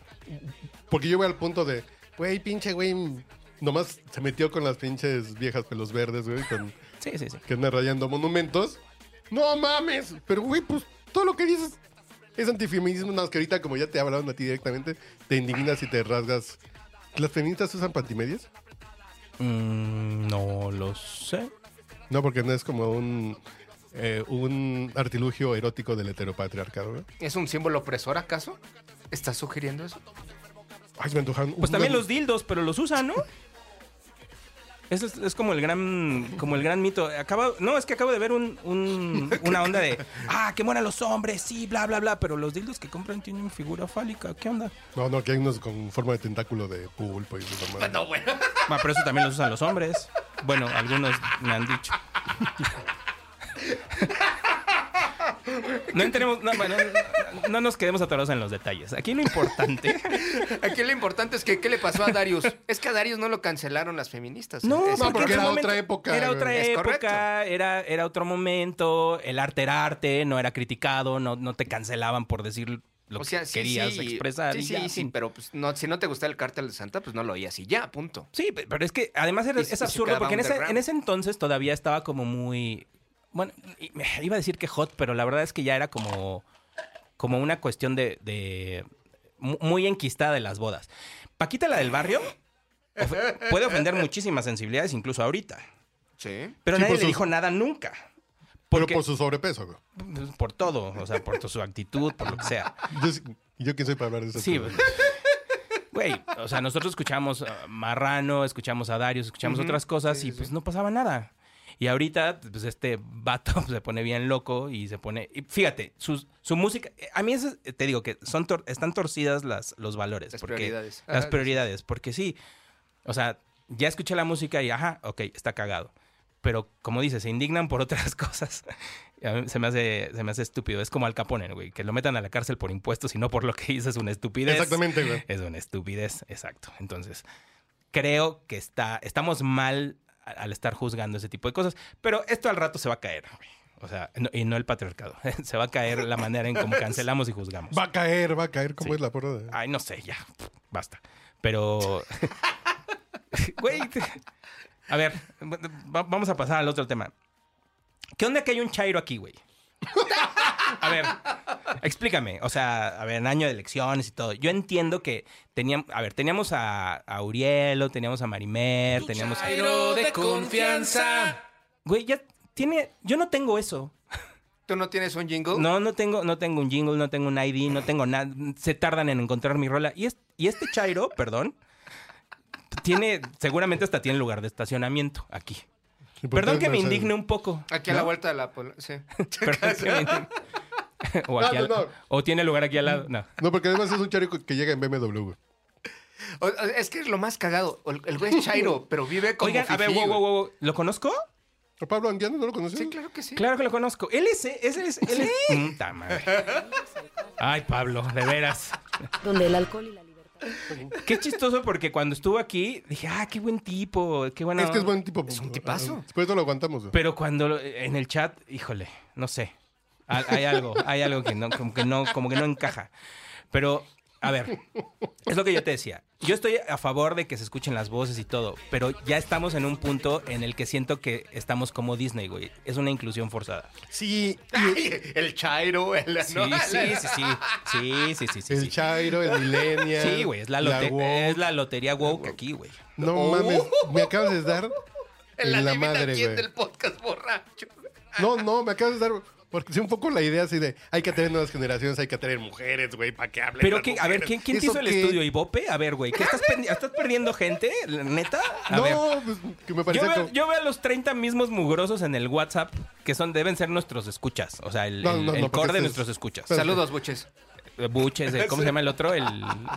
Speaker 4: Porque yo voy al punto de, güey, pinche güey. Nomás se metió con las pinches viejas pelos verdes, güey, con,
Speaker 5: Sí, sí, sí.
Speaker 4: que andan rayando monumentos. ¡No mames! Pero, güey, pues todo lo que dices es antifeminismo. Nada más que ahorita, como ya te hablaron a ti directamente, te indignas y te rasgas. ¿Las feministas usan pantimedias?
Speaker 5: Mm, no lo sé.
Speaker 4: No, porque no es como un, eh, un artilugio erótico del heteropatriarcado, ¿no?
Speaker 6: ¿Es un símbolo opresor acaso? ¿Estás sugiriendo eso?
Speaker 4: Ay, se me antojaron.
Speaker 5: Pues también
Speaker 4: una-
Speaker 5: los dildos, pero los usan, ¿no? Eso es, es como el gran como el gran mito. Acaba, no, es que acabo de ver un, un- una onda de ah, que mueran los hombres, sí, bla, bla, bla. Pero los dildos que compran tienen figura fálica. ¿Qué onda?
Speaker 4: No, no, que hay unos con forma de tentáculo de pulpo y esas mamadas.
Speaker 6: No, bueno.
Speaker 5: Ah, pero eso también los usan los hombres. Bueno, algunos me han dicho. No entremos, no, bueno, no nos quedemos atorados en los detalles. Aquí lo importante.
Speaker 6: Aquí lo importante es que ¿qué le pasó a Darius? Es que a Darius no lo cancelaron las feministas. Es-
Speaker 4: no, porque
Speaker 5: en su
Speaker 4: era otra época, eh,
Speaker 5: Era otra
Speaker 6: güey. Es
Speaker 5: época,
Speaker 6: correcto.
Speaker 5: era, era otro momento. El arte era arte, no era criticado, no, no te cancelaban por decir lo
Speaker 6: o sea,
Speaker 5: que
Speaker 6: sí,
Speaker 5: querías
Speaker 6: sí,
Speaker 5: expresar.
Speaker 6: Sí,
Speaker 5: y
Speaker 6: sí,
Speaker 5: ya,
Speaker 6: sí,
Speaker 5: fin.
Speaker 6: pero pues, no, si no te gusta el cártel de Santa, pues no lo oías y ya, punto.
Speaker 5: Sí, pe- pero es que además era-
Speaker 6: Y- y
Speaker 5: es
Speaker 6: se
Speaker 5: absurdo
Speaker 6: Este, pues, quedaba
Speaker 5: porque en ese,
Speaker 6: underground.
Speaker 5: en ese entonces todavía estaba como muy. Bueno, i- iba a decir que hot, pero la verdad es que ya era como, como una cuestión de, de- mu- muy enquistada de las bodas. Paquita, la del barrio, of- puede ofender muchísimas sensibilidades, incluso ahorita.
Speaker 6: Sí.
Speaker 5: Pero
Speaker 4: Sí,
Speaker 5: nadie
Speaker 4: por
Speaker 5: le
Speaker 4: sus-
Speaker 5: dijo nada nunca.
Speaker 4: Pero
Speaker 5: Porque,
Speaker 4: por su sobrepeso, güey.
Speaker 5: por, todo, o sea, por tu- su actitud, por lo que sea.
Speaker 4: Yo, sí- yo quién soy para hablar de eso.
Speaker 5: Sí, pues, güey. Güey, o sea, nosotros escuchamos a Marrano, escuchamos a Darius, escuchamos otras cosas y pues no pasaba nada. Y ahorita, pues este vato se pone bien loco y se pone. y fíjate, sus- su música. A mí eso- te digo que son tor- están torcidas las, los valores.
Speaker 6: Las
Speaker 5: porque-
Speaker 6: prioridades.
Speaker 5: Las
Speaker 6: Ah,
Speaker 5: prioridades, porque sí. O sea, ya escuché la música y ajá, ok, está cagado. Pero como dices, se indignan por otras cosas. Y a mí se me hace, se me hace estúpido. Es como Al Capone, güey, que lo metan a la cárcel por impuestos y no por lo que hizo es una estupidez.
Speaker 4: Exactamente, güey.
Speaker 5: Es una estupidez, exacto. Entonces, creo que está, estamos mal a- al estar juzgando ese tipo de cosas, pero esto al rato se va a caer. güey. O sea, no- y no el patriarcado. se va a caer la manera en cómo cancelamos y juzgamos.
Speaker 4: Va a caer, va a caer. ¿Cómo
Speaker 5: Sí. Ah,
Speaker 4: es la porra de.?
Speaker 5: Ay, no sé, ya, basta. Pero... Güey, te- a ver, va- vamos a pasar al otro tema. ¿Qué onda que hay un chairo aquí, güey? A ver, explícame. O sea, a ver, en año de elecciones y todo. Yo entiendo que teníamos, a ver, teníamos a, a Urielo, teníamos a Marimer, teníamos a...
Speaker 2: de confianza.
Speaker 5: Güey, ya tiene... Yo no tengo eso.
Speaker 6: ¿Tú no tienes un jingle?
Speaker 5: No, no tengo, no tengo un jingle, no tengo un ID, no tengo nada. Se tardan en encontrar mi rola. Y, es- y este Chairo, perdón, tiene, seguramente hasta tiene lugar de estacionamiento aquí. Perdón que me
Speaker 4: no sé.
Speaker 5: indigne un poco.
Speaker 6: Aquí a la vuelta de la... pol- Sí.
Speaker 5: Perdón que me indigne. o,
Speaker 4: No,
Speaker 5: aquí al-
Speaker 4: no, no.
Speaker 5: o tiene lugar aquí al lado. No.
Speaker 4: No, porque además es un charico que llega en BMW.
Speaker 6: O- o- es que es lo más cagado. O- El güey es Chairo, pero vive como
Speaker 5: Oigan, a ver,
Speaker 6: fifí,
Speaker 5: wow,
Speaker 6: güey.
Speaker 5: wow, wow. ¿Lo conozco?
Speaker 4: ¿A Pablo Anguiano no lo conoces?
Speaker 6: Sí, claro que sí.
Speaker 5: Claro que lo conozco. Él es. Él es, él es- Puta madre. Ay, Pablo, de veras.
Speaker 8: donde el alcohol y la libertad.
Speaker 5: Qué chistoso porque cuando estuvo aquí dije, ah, qué buen tipo, qué buena.
Speaker 4: Es que es buen tipo.
Speaker 6: Es un tipazo.
Speaker 4: Por eso lo aguantamos. güey.
Speaker 5: Pero cuando lo- en el chat, híjole, no sé. Al- Hay algo, hay algo que no, como que no, como que no encaja. Pero, a ver, es lo que yo te decía. Yo estoy a favor de que se escuchen las voces y todo, pero ya estamos en un punto en el que siento que estamos como Disney, güey. Es una inclusión forzada.
Speaker 4: Sí,
Speaker 6: Ay, el Chairo, el...
Speaker 5: Sí,
Speaker 6: ¿no?
Speaker 5: sí, sí, sí. Sí, sí, sí, sí.
Speaker 4: el
Speaker 5: sí.
Speaker 4: Chairo, el Millennial.
Speaker 5: Sí, güey, es la,
Speaker 4: la
Speaker 5: lote-
Speaker 4: woke.
Speaker 5: es la lotería woke aquí, güey.
Speaker 4: No
Speaker 6: Oh.
Speaker 4: mames, me acabas de dar en la,
Speaker 6: adivina
Speaker 4: madre,
Speaker 6: quién
Speaker 4: güey.
Speaker 6: del podcast borracho.
Speaker 4: No, no, me acabas de dar. Porque sí, un poco la idea así de hay que tener nuevas generaciones, hay que tener mujeres, güey, para que hablen.
Speaker 5: Pero,
Speaker 4: las
Speaker 5: que, a ver,
Speaker 4: mujeres.
Speaker 5: ¿quién, quién te
Speaker 4: ¿Eso
Speaker 5: hizo el
Speaker 4: qué?
Speaker 5: estudio? ¿Ibope? A ver, güey, ¿qué estás, perdi- estás perdiendo gente? ¿La ¿Neta? A ver.
Speaker 4: No, pues que me
Speaker 5: Yo
Speaker 4: parece.
Speaker 5: veo,
Speaker 4: como-
Speaker 5: yo veo a los 30 mismos mugrosos en el WhatsApp que son deben ser nuestros escuchas. O sea, el,
Speaker 4: No,
Speaker 5: el-
Speaker 4: no, no,
Speaker 5: el
Speaker 4: porque
Speaker 5: core de
Speaker 4: este es-
Speaker 5: nuestros escuchas. Eh,
Speaker 4: Pero-
Speaker 6: Saludos, buches.
Speaker 5: Buches, el- ¿cómo se llama el otro? El,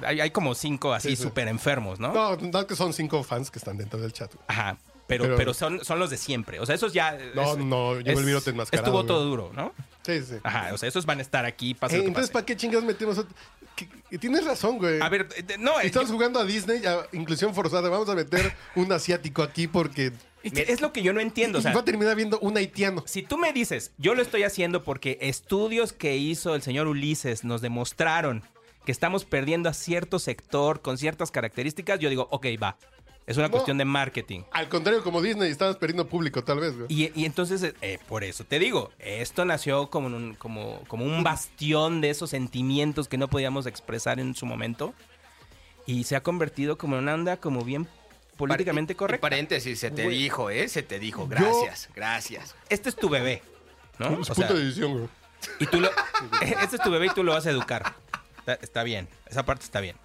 Speaker 5: hay, hay como cinco así
Speaker 4: Sí, sí.
Speaker 5: súper enfermos, ¿no?
Speaker 4: No, no, que son cinco fans que están dentro del chat. güey.
Speaker 5: Ajá. Pero, pero,
Speaker 4: Pero-
Speaker 5: son, son los de siempre. O sea, esos ya.
Speaker 4: No, no, yo el virote enmascarado,
Speaker 5: Estuvo
Speaker 4: güey.
Speaker 5: todo duro, ¿no?
Speaker 4: Sí, sí.
Speaker 5: Ajá. O sea, esos van a estar aquí. Pase
Speaker 4: Eh,
Speaker 5: lo que
Speaker 4: entonces,
Speaker 5: pase.
Speaker 4: ¿para qué chingados metemos? otro- que- que Tienes razón, güey.
Speaker 5: A ver, eh, no. eh,
Speaker 4: Estamos jugando a Disney, a inclusión forzada. Vamos a meter un asiático aquí porque
Speaker 5: es que es lo que yo no entiendo. O sea,
Speaker 4: va a terminar viendo un haitiano.
Speaker 5: Si tú me dices, yo lo estoy haciendo porque estudios que hizo el señor Ulises nos demostraron que estamos perdiendo a cierto sector con ciertas características, yo digo, ok, va. Es una
Speaker 4: No.
Speaker 5: cuestión de marketing.
Speaker 4: Al contrario, como Disney, estabas perdiendo público, tal vez, güey.
Speaker 5: Y, y entonces, eh, eh, por eso te digo, esto nació como un, como, como un bastión de esos sentimientos que no podíamos expresar en su momento y se ha convertido como en una onda como bien políticamente
Speaker 6: Par-
Speaker 5: correcta.
Speaker 6: Paréntesis, se te dijo, ¿eh? Se te dijo.
Speaker 4: Yo-
Speaker 6: Gracias, gracias.
Speaker 5: Este es tu bebé, ¿no?
Speaker 4: Es
Speaker 5: O
Speaker 4: punto
Speaker 5: sea,
Speaker 4: de edición, güey.
Speaker 5: Y tú lo. Este es tu bebé y tú lo vas a educar. Está, está bien. Esa parte está bien.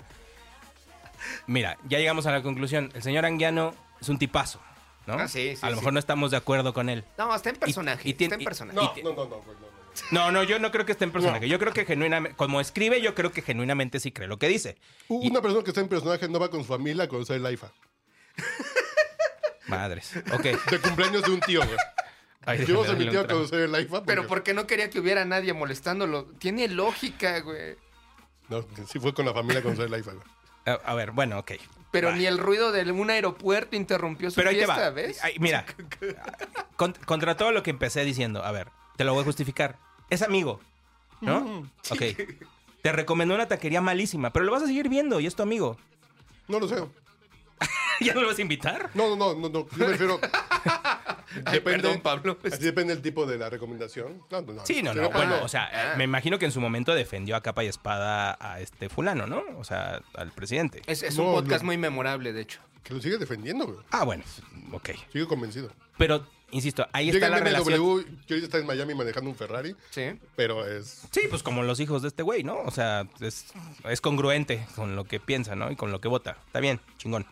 Speaker 5: Mira, ya llegamos a la conclusión. El señor Anguiano es un tipazo, ¿no?
Speaker 6: Ah, sí, sí,
Speaker 5: A lo
Speaker 6: sí.
Speaker 5: mejor no estamos de acuerdo con él.
Speaker 6: No, está en personaje.
Speaker 5: y tiene-
Speaker 6: está en
Speaker 5: y-
Speaker 6: personaje.
Speaker 5: No,
Speaker 4: No,
Speaker 5: te-
Speaker 4: no, no, no, güey, no, no.
Speaker 5: No, no, yo no creo que esté en personaje. Yo creo que genuinamente. Como escribe, yo creo que genuinamente sí cree lo que dice.
Speaker 4: U- Una persona que está en personaje no va con su familia a conocer el AIFA.
Speaker 5: Madres. Ok.
Speaker 4: De cumpleaños de un tío, güey.
Speaker 5: Ay,
Speaker 4: Yo
Speaker 5: déjame
Speaker 4: a mi
Speaker 5: darle
Speaker 4: tío
Speaker 5: un
Speaker 4: a
Speaker 5: trago.
Speaker 4: conocer el AIFA.
Speaker 6: Pero porque no quería que hubiera nadie molestándolo. Tiene lógica, güey.
Speaker 4: No, sí fue con la familia a conocer el AIFA, güey.
Speaker 5: A, a ver, bueno, ok.
Speaker 6: Pero
Speaker 5: Va.
Speaker 6: ni el ruido de un aeropuerto interrumpió su
Speaker 5: Pero ahí te
Speaker 6: Pues fiesta,
Speaker 5: va.
Speaker 6: ¿ves?
Speaker 5: Ay, mira, con- contra todo lo que empecé diciendo, a ver, te lo voy a justificar. Es amigo, ¿no? Ok. Te recomendó una taquería malísima, pero lo vas a seguir viendo y es tu amigo.
Speaker 4: No lo sé.
Speaker 5: ¿Ya no lo vas a invitar?
Speaker 4: No, no, no, no, no. Yo me refiero.
Speaker 6: Ay, perdón, Pablo.
Speaker 4: así depende el tipo de la recomendación. No, no, no.
Speaker 5: pues. Sí, no,
Speaker 4: Se
Speaker 5: no.
Speaker 4: ve-
Speaker 5: Bueno,
Speaker 4: Ah,
Speaker 5: o sea, me imagino que en su momento defendió a capa y espada a este fulano, ¿no? O sea, al presidente.
Speaker 6: Es, es
Speaker 4: No,
Speaker 6: un podcast
Speaker 4: lo-
Speaker 6: muy memorable, de hecho.
Speaker 4: Que lo sigue defendiendo, güey.
Speaker 5: Ah, bueno, ok.
Speaker 4: Sigue convencido.
Speaker 5: Pero, insisto, ahí
Speaker 4: Llega
Speaker 5: está la
Speaker 4: el BMW,
Speaker 5: relación.
Speaker 4: que ahorita está en Miami manejando un Ferrari,
Speaker 6: Sí.
Speaker 4: pero es.
Speaker 5: Sí, pues como los hijos de este güey, ¿no? O sea, es, es congruente con lo que piensa, ¿no? Y con lo que vota. Está bien, chingón.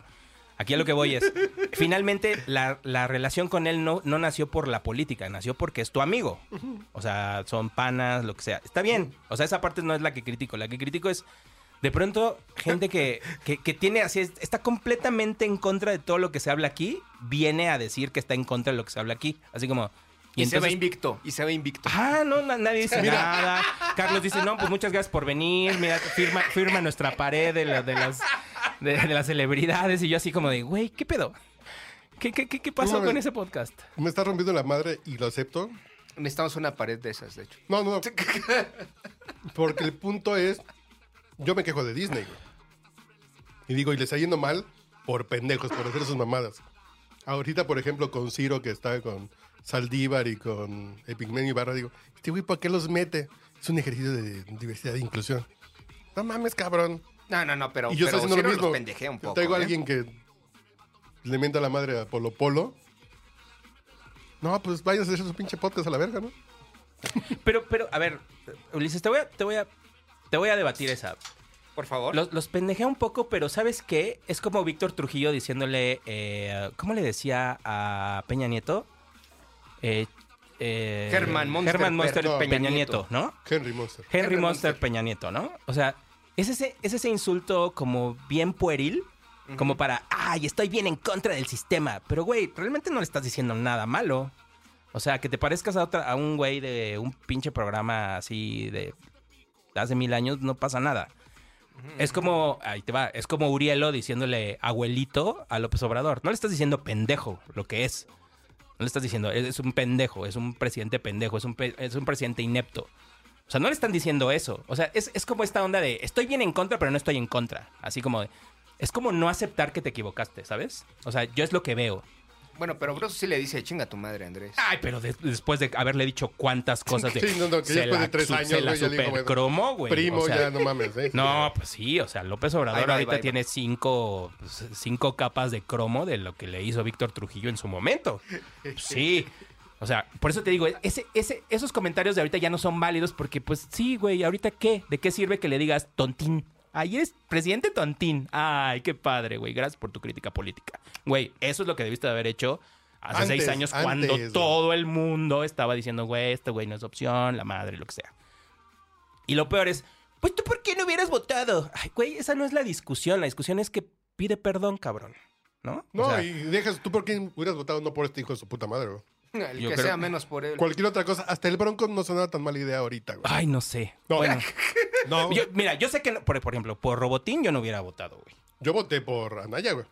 Speaker 5: Aquí a lo que voy es, finalmente la, la relación con él no, no nació por la política, nació porque es tu amigo. O sea, son panas, lo que sea. Está bien. O sea, esa parte no es la que critico. La que critico es, de pronto, gente que, que, que tiene así, es- está completamente en contra de todo lo que se habla aquí, viene a decir que está en contra de lo que se habla aquí. Así como...
Speaker 6: Y, se va
Speaker 5: entonces,
Speaker 6: invicto. Y se va invicto.
Speaker 5: Ah, no, na- nadie dice nada. Carlos dice, no, pues muchas gracias por venir. Mira, firma, firma nuestra pared de, la- de las, de, de las celebridades. Y yo así como de, güey, ¿qué pedo? ¿Qué, qué, qué, qué pasó
Speaker 4: No,
Speaker 5: con
Speaker 4: me-
Speaker 5: ese podcast?
Speaker 4: Me está rompiendo la madre y lo acepto.
Speaker 6: Necesitamos una pared de esas, de hecho.
Speaker 4: No, no, no. Porque el punto es. Yo me quejo de Disney, güey. Y digo, y les está yendo mal por pendejos, por hacer sus mamadas. Ahorita, por ejemplo, con Ciro, que está con Saldívar y con Epigmenio Ibarra, digo, este güey, ¿para qué los mete? Es un ejercicio de diversidad e inclusión. No mames, cabrón.
Speaker 6: No, no, no, pero,
Speaker 4: y yo
Speaker 6: pero
Speaker 4: estoy haciendo lo
Speaker 6: Ciro
Speaker 4: mismo.
Speaker 6: los pendejea un poco.
Speaker 4: Traigo a
Speaker 6: ¿eh?
Speaker 4: alguien que le mienta la madre a Polo Polo. No, pues vayan a hacer su pinche podcast a la verga, ¿no?
Speaker 5: Pero, pero, a ver, Ulises, te voy a, te voy a, te voy a debatir esa.
Speaker 6: Por favor.
Speaker 5: Los, los pendejea un poco, pero ¿sabes qué? Es como Víctor Trujillo diciéndole, eh, ¿cómo le decía a Peña Nieto? eh, eh,
Speaker 6: Herman Monster
Speaker 5: Herman Monster
Speaker 4: Pe- no,
Speaker 5: Peña,
Speaker 4: Peña
Speaker 5: Nieto,
Speaker 6: Nieto.
Speaker 5: ¿no?
Speaker 4: Henry Monster.
Speaker 5: Henry,
Speaker 6: Henry
Speaker 5: Monster,
Speaker 6: Monster.
Speaker 5: Peña Nieto, ¿no? O sea, es ese, es ese insulto como bien pueril, como para, ay, estoy bien en contra del sistema. Pero, güey, realmente no le estás diciendo nada malo. O sea, que te parezcas a, otra, a un güey de un pinche programa así de hace mil años, no pasa nada. Es como, ahí te va, es como Urielo diciéndole abuelito a López Obrador. No le estás diciendo pendejo, lo que es. No le estás diciendo, es, es un pendejo, es un presidente pendejo, es un, pe- es un presidente inepto. O sea, no le están diciendo eso. O sea, es, es como esta onda de estoy bien en contra, pero no estoy en contra. Así como de, es como no aceptar que te equivocaste, ¿sabes? O sea, yo es lo que veo.
Speaker 6: Bueno, pero Broso sí le dice, chinga tu madre, Andrés.
Speaker 5: Ay, pero de- después de haberle dicho cuántas cosas de.
Speaker 4: Sí, no, no, que
Speaker 5: se
Speaker 4: después
Speaker 5: la
Speaker 4: de tres
Speaker 5: su-
Speaker 4: años,
Speaker 5: se la
Speaker 4: güey, ya digo, bueno,
Speaker 5: supercromó, güey.
Speaker 4: Primo,
Speaker 5: O sea,
Speaker 4: ya no mames. ¿eh?
Speaker 5: No, pues sí, o sea, López Obrador
Speaker 6: Ahí va, ahí
Speaker 5: ahorita
Speaker 6: va, ahí va.
Speaker 5: tiene cinco, pues, cinco capas de cromo de lo que le hizo Víctor Trujillo en su momento. Pues Sí. O sea, por eso te digo, ese, ese, esos comentarios de ahorita ya no son válidos porque, pues sí, güey, ahorita qué, ¿de qué sirve que le digas tontín? Ahí eres presidente tontín. Ay, qué padre, güey. Gracias por tu crítica política. Güey, eso es lo que debiste de haber hecho hace
Speaker 4: Antes,
Speaker 5: seis años cuando
Speaker 4: antes, güey.
Speaker 5: todo el mundo estaba diciendo, güey, este güey no es opción, la madre, lo que sea. Y lo peor es, pues tú por qué no hubieras votado. Ay, güey, esa no es la discusión. La discusión es que pide perdón, cabrón. ¿No? O
Speaker 4: No,
Speaker 5: sea,
Speaker 4: y dejas, ¿tú por quién hubieras votado no por este hijo de su puta madre, güey?
Speaker 6: El
Speaker 5: yo
Speaker 6: que
Speaker 5: creo-
Speaker 6: sea menos por él.
Speaker 4: Cualquier otra cosa, hasta el Bronco no sonaba tan mala idea ahorita, güey.
Speaker 5: Ay, no sé.
Speaker 4: No,
Speaker 5: Bueno,
Speaker 4: no,
Speaker 5: yo-
Speaker 4: yo,
Speaker 5: mira, yo sé que, no- por, por ejemplo, por Robotín yo no hubiera votado, güey.
Speaker 4: voté por Anaya, güey.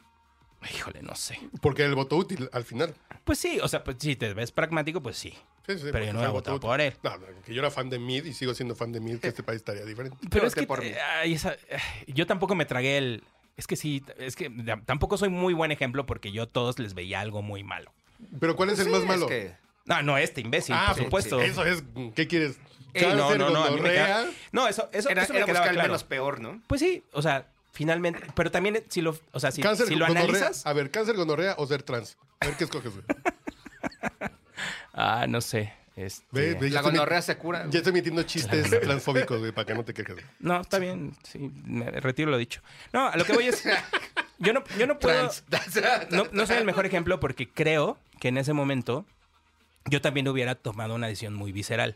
Speaker 5: Híjole, no sé.
Speaker 4: Porque era el voto útil al final.
Speaker 5: Pues sí, o sea, pues, si te ves pragmático, pues sí.
Speaker 4: Sí, sí, porque
Speaker 5: Pero yo no
Speaker 4: fue
Speaker 5: hubiera
Speaker 4: el
Speaker 5: votado
Speaker 4: útil.
Speaker 5: por él. Eh,
Speaker 4: No, no, que yo era fan de Mid y sigo siendo fan de Mid, que este país estaría diferente.
Speaker 5: Pero es
Speaker 6: voté
Speaker 5: que
Speaker 6: por mí.
Speaker 5: eh, ay, esa- eh, yo tampoco me tragué el. Es que sí, es que tam- tampoco soy muy buen ejemplo porque yo a todos les veía algo muy malo.
Speaker 4: Pero ¿cuál es el
Speaker 6: Sí,
Speaker 4: más malo?
Speaker 6: que-
Speaker 5: No, no, este imbécil,
Speaker 4: ah,
Speaker 5: por supuesto.
Speaker 4: Eso es, ¿qué quieres?
Speaker 5: Ey, no,
Speaker 4: Cáncer,
Speaker 5: no, no, a mí me
Speaker 4: gonorrea.
Speaker 5: queda- no, eso, eso,
Speaker 6: era
Speaker 5: eso me
Speaker 6: era
Speaker 5: quedaba
Speaker 6: buscar el
Speaker 5: claro.
Speaker 6: menos peor, ¿no?
Speaker 5: Pues sí, o sea, finalmente. Pero también, si lo, o sea, si,
Speaker 4: cáncer,
Speaker 5: si lo
Speaker 4: gonorrea. Ah.
Speaker 5: analizas.
Speaker 4: A ver, cáncer, gonorrea o ser trans. A ver qué escoges, güey.
Speaker 5: Ah, no sé. este-
Speaker 4: Ve, ve, ya
Speaker 6: La
Speaker 4: estoy mi-
Speaker 6: gonorrea se cura.
Speaker 4: Ya estoy metiendo chistes transfóbicos, güey, para que no te quejes. güey.
Speaker 5: No, está bien. Sí, me retiro lo dicho. No, a lo que voy es. Yo no, yo no puedo.
Speaker 6: Trans.
Speaker 5: No, no soy el mejor ejemplo porque creo que en ese momento yo también hubiera tomado una decisión muy visceral.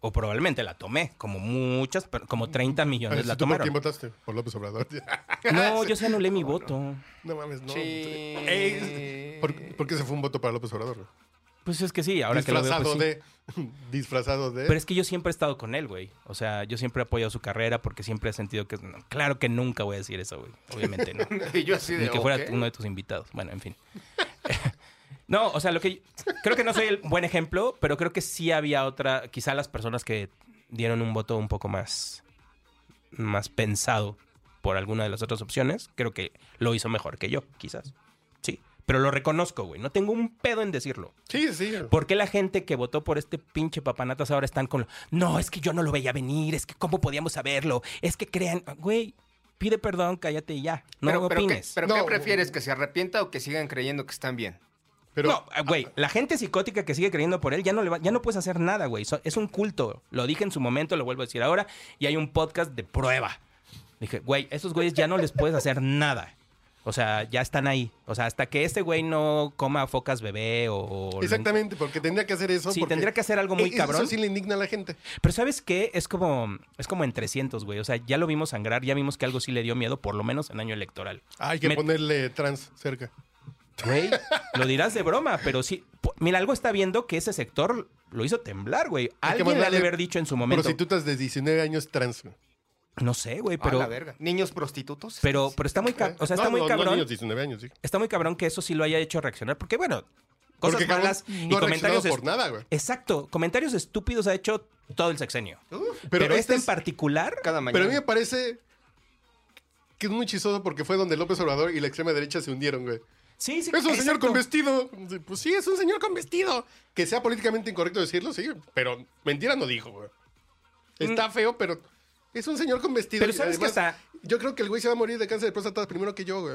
Speaker 5: O probablemente la tomé, como muchas, per- como 30
Speaker 4: A ver,
Speaker 5: millones
Speaker 4: si
Speaker 5: la
Speaker 4: Ah, tú por quién
Speaker 5: tomaron.
Speaker 4: votaste? Por López Obrador.
Speaker 5: No, yo sí anulé mi voto.
Speaker 4: no mames, no.
Speaker 6: Sí.
Speaker 4: Ey, ¿por, por qué se fue un voto para López Obrador? güey?
Speaker 5: Pues es que sí, ahora que lo veo.
Speaker 4: disfrazado
Speaker 5: pues sí.
Speaker 4: de. disfrazado de.
Speaker 5: Pero es que yo siempre he estado con él, güey. O sea, yo siempre he apoyado su carrera porque siempre he sentido que... no, claro que nunca voy a decir eso, güey. Obviamente no.
Speaker 6: Y yo así de.
Speaker 5: Ni que fuera
Speaker 6: ok.
Speaker 5: uno de tus invitados. Bueno, en fin. no, o sea, lo que... Creo que no soy el buen ejemplo, pero creo que sí había otra... Quizá las personas que dieron un voto un poco más... Más pensado por alguna de las otras opciones, creo que lo hizo mejor que yo, quizás. Sí. Pero lo reconozco, güey. No tengo un pedo en decirlo.
Speaker 4: Sí, sí. güey.
Speaker 5: ¿Por qué la gente que votó por este pinche papanatas ahora están con... lo- No, es que yo no lo veía venir, es que cómo podíamos saberlo, es que crean... Güey, pide perdón, cállate y ya, no
Speaker 6: pero, pero
Speaker 5: opines.
Speaker 6: ¿qué, pero
Speaker 4: No.
Speaker 6: qué prefieres? ¿Que se arrepienta o que sigan creyendo que están bien?
Speaker 4: Pero.
Speaker 5: no, ah, güey, la gente psicótica que sigue creyendo por él, ya no, le va- ya no puedes hacer nada, güey. So- es un culto. Lo dije en su momento, lo vuelvo a decir ahora, y hay un podcast de prueba. Dije, güey, esos güeyes ya no les puedes hacer nada. O sea, ya están ahí. O sea, hasta que este güey no coma focas bebé o... o-
Speaker 4: Exactamente, porque tendría que hacer eso.
Speaker 5: Sí,
Speaker 4: porque e-,
Speaker 5: tendría que hacer algo muy
Speaker 4: eso
Speaker 5: cabrón.
Speaker 4: sí le indigna a la gente.
Speaker 5: Pero ¿sabes qué? Es como, es como en 300, güey. O sea, ya lo vimos sangrar, ya vimos que algo sí le dio miedo, por lo menos en año electoral.
Speaker 4: Hay que
Speaker 5: Me-
Speaker 4: ponerle trans cerca.
Speaker 5: Güey, lo dirás de broma, pero sí. po- Mira, algo está viendo que ese sector lo hizo temblar, güey.
Speaker 4: Hay que
Speaker 5: Alguien le ha de
Speaker 4: mandarle
Speaker 5: haber dicho en su momento.
Speaker 4: Prostitutas de 19 años trans. güey.
Speaker 5: No sé, güey,
Speaker 6: Pero,
Speaker 5: pero,
Speaker 6: verga. ¿Niños prostitutos?
Speaker 5: pero, pero está muy, ca- o sea, está
Speaker 4: No,
Speaker 5: muy
Speaker 4: no, no
Speaker 5: cabrón.
Speaker 4: niños, 19 años, sí.
Speaker 5: Está muy cabrón que eso sí lo haya hecho reaccionar, porque bueno, cosas
Speaker 4: porque cabrón,
Speaker 5: malas
Speaker 4: no
Speaker 5: y
Speaker 4: ha reaccionado
Speaker 5: comentarios.
Speaker 4: por
Speaker 5: est-
Speaker 4: nada, güey.
Speaker 5: Exacto, comentarios estúpidos ha hecho todo el sexenio. Pero,
Speaker 4: Pero,
Speaker 5: este
Speaker 4: este
Speaker 5: en particular,
Speaker 6: Cada mañana.
Speaker 4: Pero a mí me parece que es muy chistoso porque fue donde López Obrador y la extrema derecha se hundieron, güey.
Speaker 5: sí, sí,
Speaker 4: Es un señor
Speaker 5: exacto.
Speaker 4: con vestido. Pues sí, es un señor con vestido. Que sea políticamente incorrecto decirlo, sí, pero mentira no dijo, güey. Está feo, pero es un señor con vestido.
Speaker 5: Mm. Pero
Speaker 4: Y
Speaker 5: ¿sabes qué hasta-
Speaker 4: Yo creo que el güey se va a morir de cáncer de próstata primero que yo, güey.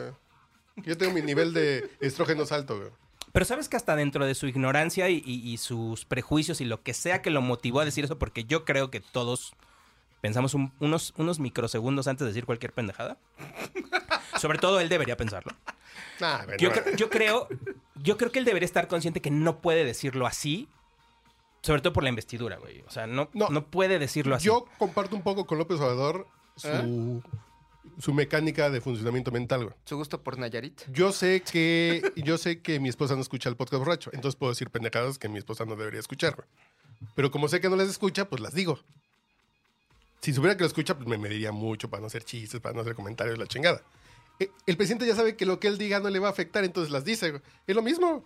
Speaker 4: Yo tengo mi nivel de estrógenos alto, güey.
Speaker 5: Pero sabes que hasta dentro de su ignorancia y, y- y sus prejuicios y lo que sea que lo motivó a decir eso, porque yo creo que todos pensamos un- unos, unos microsegundos antes de decir cualquier pendejada. Sobre todo él debería pensarlo.
Speaker 4: Nah, güey,
Speaker 5: Yo,
Speaker 4: no,
Speaker 5: cre- yo creo yo creo que él debería estar consciente que no puede decirlo así. Sobre todo por la investidura, güey. O sea, no,
Speaker 4: No.
Speaker 5: no, puede decirlo así.
Speaker 4: Yo comparto un poco con López Obrador
Speaker 5: ¿Eh?
Speaker 4: su, su mecánica de funcionamiento mental, güey.
Speaker 6: Su gusto por Nayarit.
Speaker 4: Yo sé que yo sé que mi esposa no escucha el podcast borracho, entonces puedo decir pendejadas que mi esposa no debería escuchar. güey. Pero como sé que no las escucha, pues las digo. Si supiera que lo escucha, pues me mediría mucho para no hacer chistes, para no hacer comentarios, la chingada. Eh, El presidente ya sabe que lo que él diga no le va a afectar, entonces las dice. güey. Es lo mismo.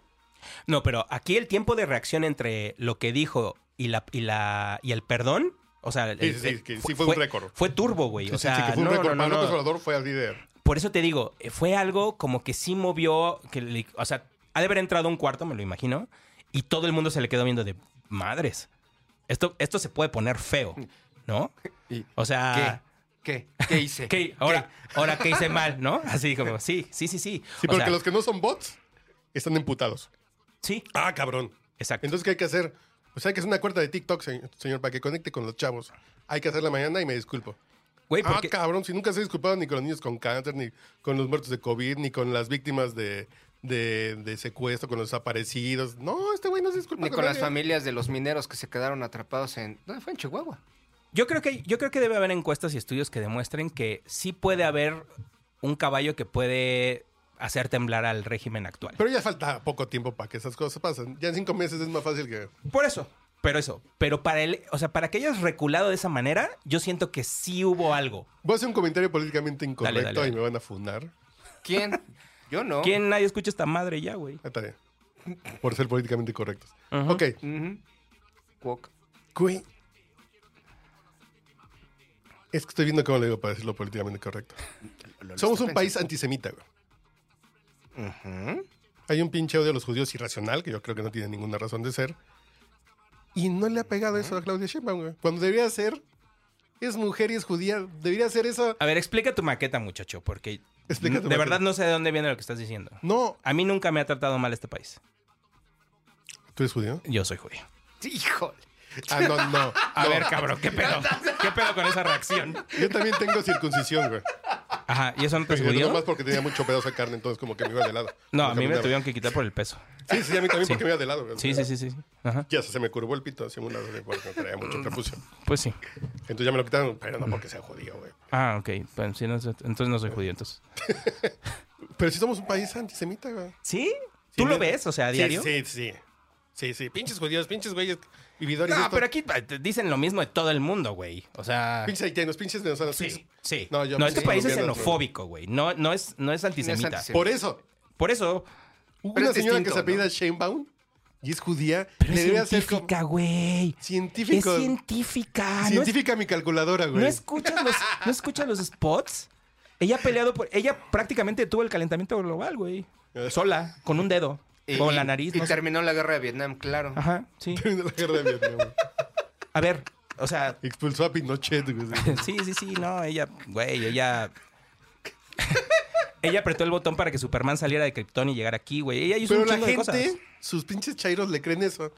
Speaker 5: No, pero aquí el tiempo de reacción entre lo que dijo y la y la y el perdón, o sea, el-
Speaker 4: sí,
Speaker 5: el-
Speaker 4: que sí fue un récord.
Speaker 5: Fue turbo, güey. O
Speaker 4: Sí, sí,
Speaker 5: sea,
Speaker 4: que fue un
Speaker 5: no,
Speaker 4: récord.
Speaker 5: no,
Speaker 4: Para
Speaker 5: no,
Speaker 4: López
Speaker 5: no.
Speaker 4: Obrador fue al líder.
Speaker 5: Por eso te digo, eh, fue algo como que sí movió, que le- o sea, ha de haber entrado a un cuarto, me lo imagino, y todo el mundo se le quedó viendo de madres. Esto esto se puede poner feo, ¿no?
Speaker 6: Y-
Speaker 5: O sea,
Speaker 6: ¿Qué? ¿Qué? ¿Qué hice?
Speaker 5: ¿qué? Ahora, ahora que hice mal, ¿no? Así como, sí, sí, sí, sí.
Speaker 4: Sí,
Speaker 5: O
Speaker 4: porque
Speaker 5: sea,
Speaker 4: los que no son bots están emputados.
Speaker 5: sí,
Speaker 4: Ah, cabrón.
Speaker 5: exacto.
Speaker 4: Entonces, ¿qué hay que hacer? Pues hay que hacer una cuarta de TikTok, se- señor, para que conecte con los chavos. Hay que hacerla mañana y me disculpo.
Speaker 5: Güey,
Speaker 4: Ah,
Speaker 5: porque
Speaker 4: cabrón, si nunca se ha disculpado ni con los niños con cáncer, ni con los muertos de COVID, ni con las víctimas de, de, de secuestro, con los desaparecidos. No, este güey no se disculpa
Speaker 6: Ni con las
Speaker 4: nadie.
Speaker 6: familias de los mineros que se quedaron atrapados en... No, fue en Chihuahua.
Speaker 5: Yo creo que yo creo que debe haber encuestas y estudios que demuestren que sí puede haber un caballo que puede hacer temblar al régimen actual.
Speaker 4: Pero ya falta poco tiempo para que esas cosas pasen. Ya en cinco meses es más fácil que...
Speaker 5: Por eso, pero eso, pero para el, o sea, para que hayas reculado de esa manera, yo siento que sí hubo algo.
Speaker 4: Voy a hacer un comentario políticamente incorrecto
Speaker 5: Dale, dale,
Speaker 4: y me van a funar.
Speaker 6: ¿Quién? Yo no.
Speaker 5: ¿Quién nadie escucha esta madre ya, güey?
Speaker 4: Ah, tarea. Por ser políticamente correctos.
Speaker 5: Ajá.
Speaker 4: Ok.
Speaker 6: Ujú. Cuoc.
Speaker 4: Güey. Es que estoy viendo cómo le digo para decirlo políticamente correcto.
Speaker 6: Lo- lo
Speaker 4: Somos
Speaker 6: está
Speaker 4: un país antisemita, güey. Hay un pinche odio a los judíos irracional, que yo creo que no tiene ninguna razón de ser. Y no le ha pegado eso a Claudia Sheinbaum, güey. Cuando debería ser, es mujer y es judía, debería ser eso.
Speaker 5: A ver, explica tu maqueta, muchacho, porque
Speaker 4: Explica tu maqueta.
Speaker 5: de verdad no sé de dónde viene lo que estás diciendo.
Speaker 4: No,
Speaker 5: A mí nunca me ha tratado mal este país.
Speaker 4: ¿tú eres judío?
Speaker 5: Yo soy judío.
Speaker 6: pensando. Híjole.
Speaker 4: Ah, no, no.
Speaker 5: A
Speaker 4: no.
Speaker 5: ver, cabrón, ¿qué pedo? ¿Qué pedo con esa reacción?
Speaker 4: Yo también tengo circuncisión, güey.
Speaker 5: Ajá, ¿y eso no te es
Speaker 4: No más
Speaker 5: judío?
Speaker 4: porque tenía mucho pedazo de carne, entonces como que me iba de lado.
Speaker 5: No, a mí me
Speaker 4: Caminaba.
Speaker 5: tuvieron que quitar por el peso.
Speaker 4: Sí, sí, a mí también porque me iba de lado, güey.
Speaker 5: Sí, sí, sí, sí. sí. Ajá.
Speaker 4: Ya se me curvó el pito hacia un lado de- porque traía mucho prepucio.
Speaker 5: Pues sí.
Speaker 4: Entonces ya me lo quitaron, pero no porque sea judío, güey.
Speaker 5: Ah, ok. Bueno, sí, no sé- entonces no soy judío, entonces.
Speaker 4: Pero sí somos un país antisemita, güey.
Speaker 5: ¿Sí? ¿Tú
Speaker 4: Sí,
Speaker 5: lo
Speaker 4: me-
Speaker 5: ves? O sea, a
Speaker 4: Sí,
Speaker 5: diario.
Speaker 4: Sí, sí, sí. Sí, sí. Pinches judíos, pinches güeyes vividores.
Speaker 5: No,
Speaker 4: estos,
Speaker 5: pero aquí pa- te dicen lo mismo de todo el mundo, güey. O sea.
Speaker 4: Pinches haitianos, pinches venezolanos.
Speaker 5: Sí,
Speaker 4: pinches-
Speaker 5: sí.
Speaker 4: No,
Speaker 5: No,
Speaker 4: yo
Speaker 5: este
Speaker 4: sí,
Speaker 5: país es
Speaker 4: colombianos,
Speaker 5: xenofóbico, güey. No, no, es, no es antisemita.
Speaker 6: antisemita.
Speaker 4: Por eso,
Speaker 5: Por eso.
Speaker 4: una
Speaker 6: es
Speaker 4: señora que
Speaker 6: distinto,
Speaker 4: se apellida Sheinbaum y es judía,
Speaker 5: Pero
Speaker 4: le
Speaker 5: es
Speaker 4: debería ser como-
Speaker 5: científica, güey. Es
Speaker 4: científico.
Speaker 5: científica. ¿No, es-
Speaker 4: Científica mi calculadora, güey.
Speaker 5: ¿no escuchas los, ¿No escuchas los spots? Ella ha peleado por. Ella prácticamente tuvo el calentamiento global, güey.
Speaker 4: Eh,
Speaker 5: Sola, con un dedo.
Speaker 6: Y-
Speaker 5: con la
Speaker 6: y-
Speaker 5: nariz.
Speaker 6: Y
Speaker 5: no sé.
Speaker 6: terminó la guerra de Vietnam, claro.
Speaker 5: Ajá, sí.
Speaker 4: Terminó la guerra de Vietnam, güey.
Speaker 5: A ver, o sea,
Speaker 4: Expulsó a Pinochet, güey.
Speaker 5: Sí, sí, sí, no, ella, güey, ella. ella apretó el botón para que Superman saliera de Krypton y llegara aquí, güey. Ella hizo
Speaker 4: Pero
Speaker 5: un
Speaker 4: la
Speaker 5: chingo de
Speaker 4: gente,
Speaker 5: cosas.
Speaker 4: sus pinches chairos le creen eso.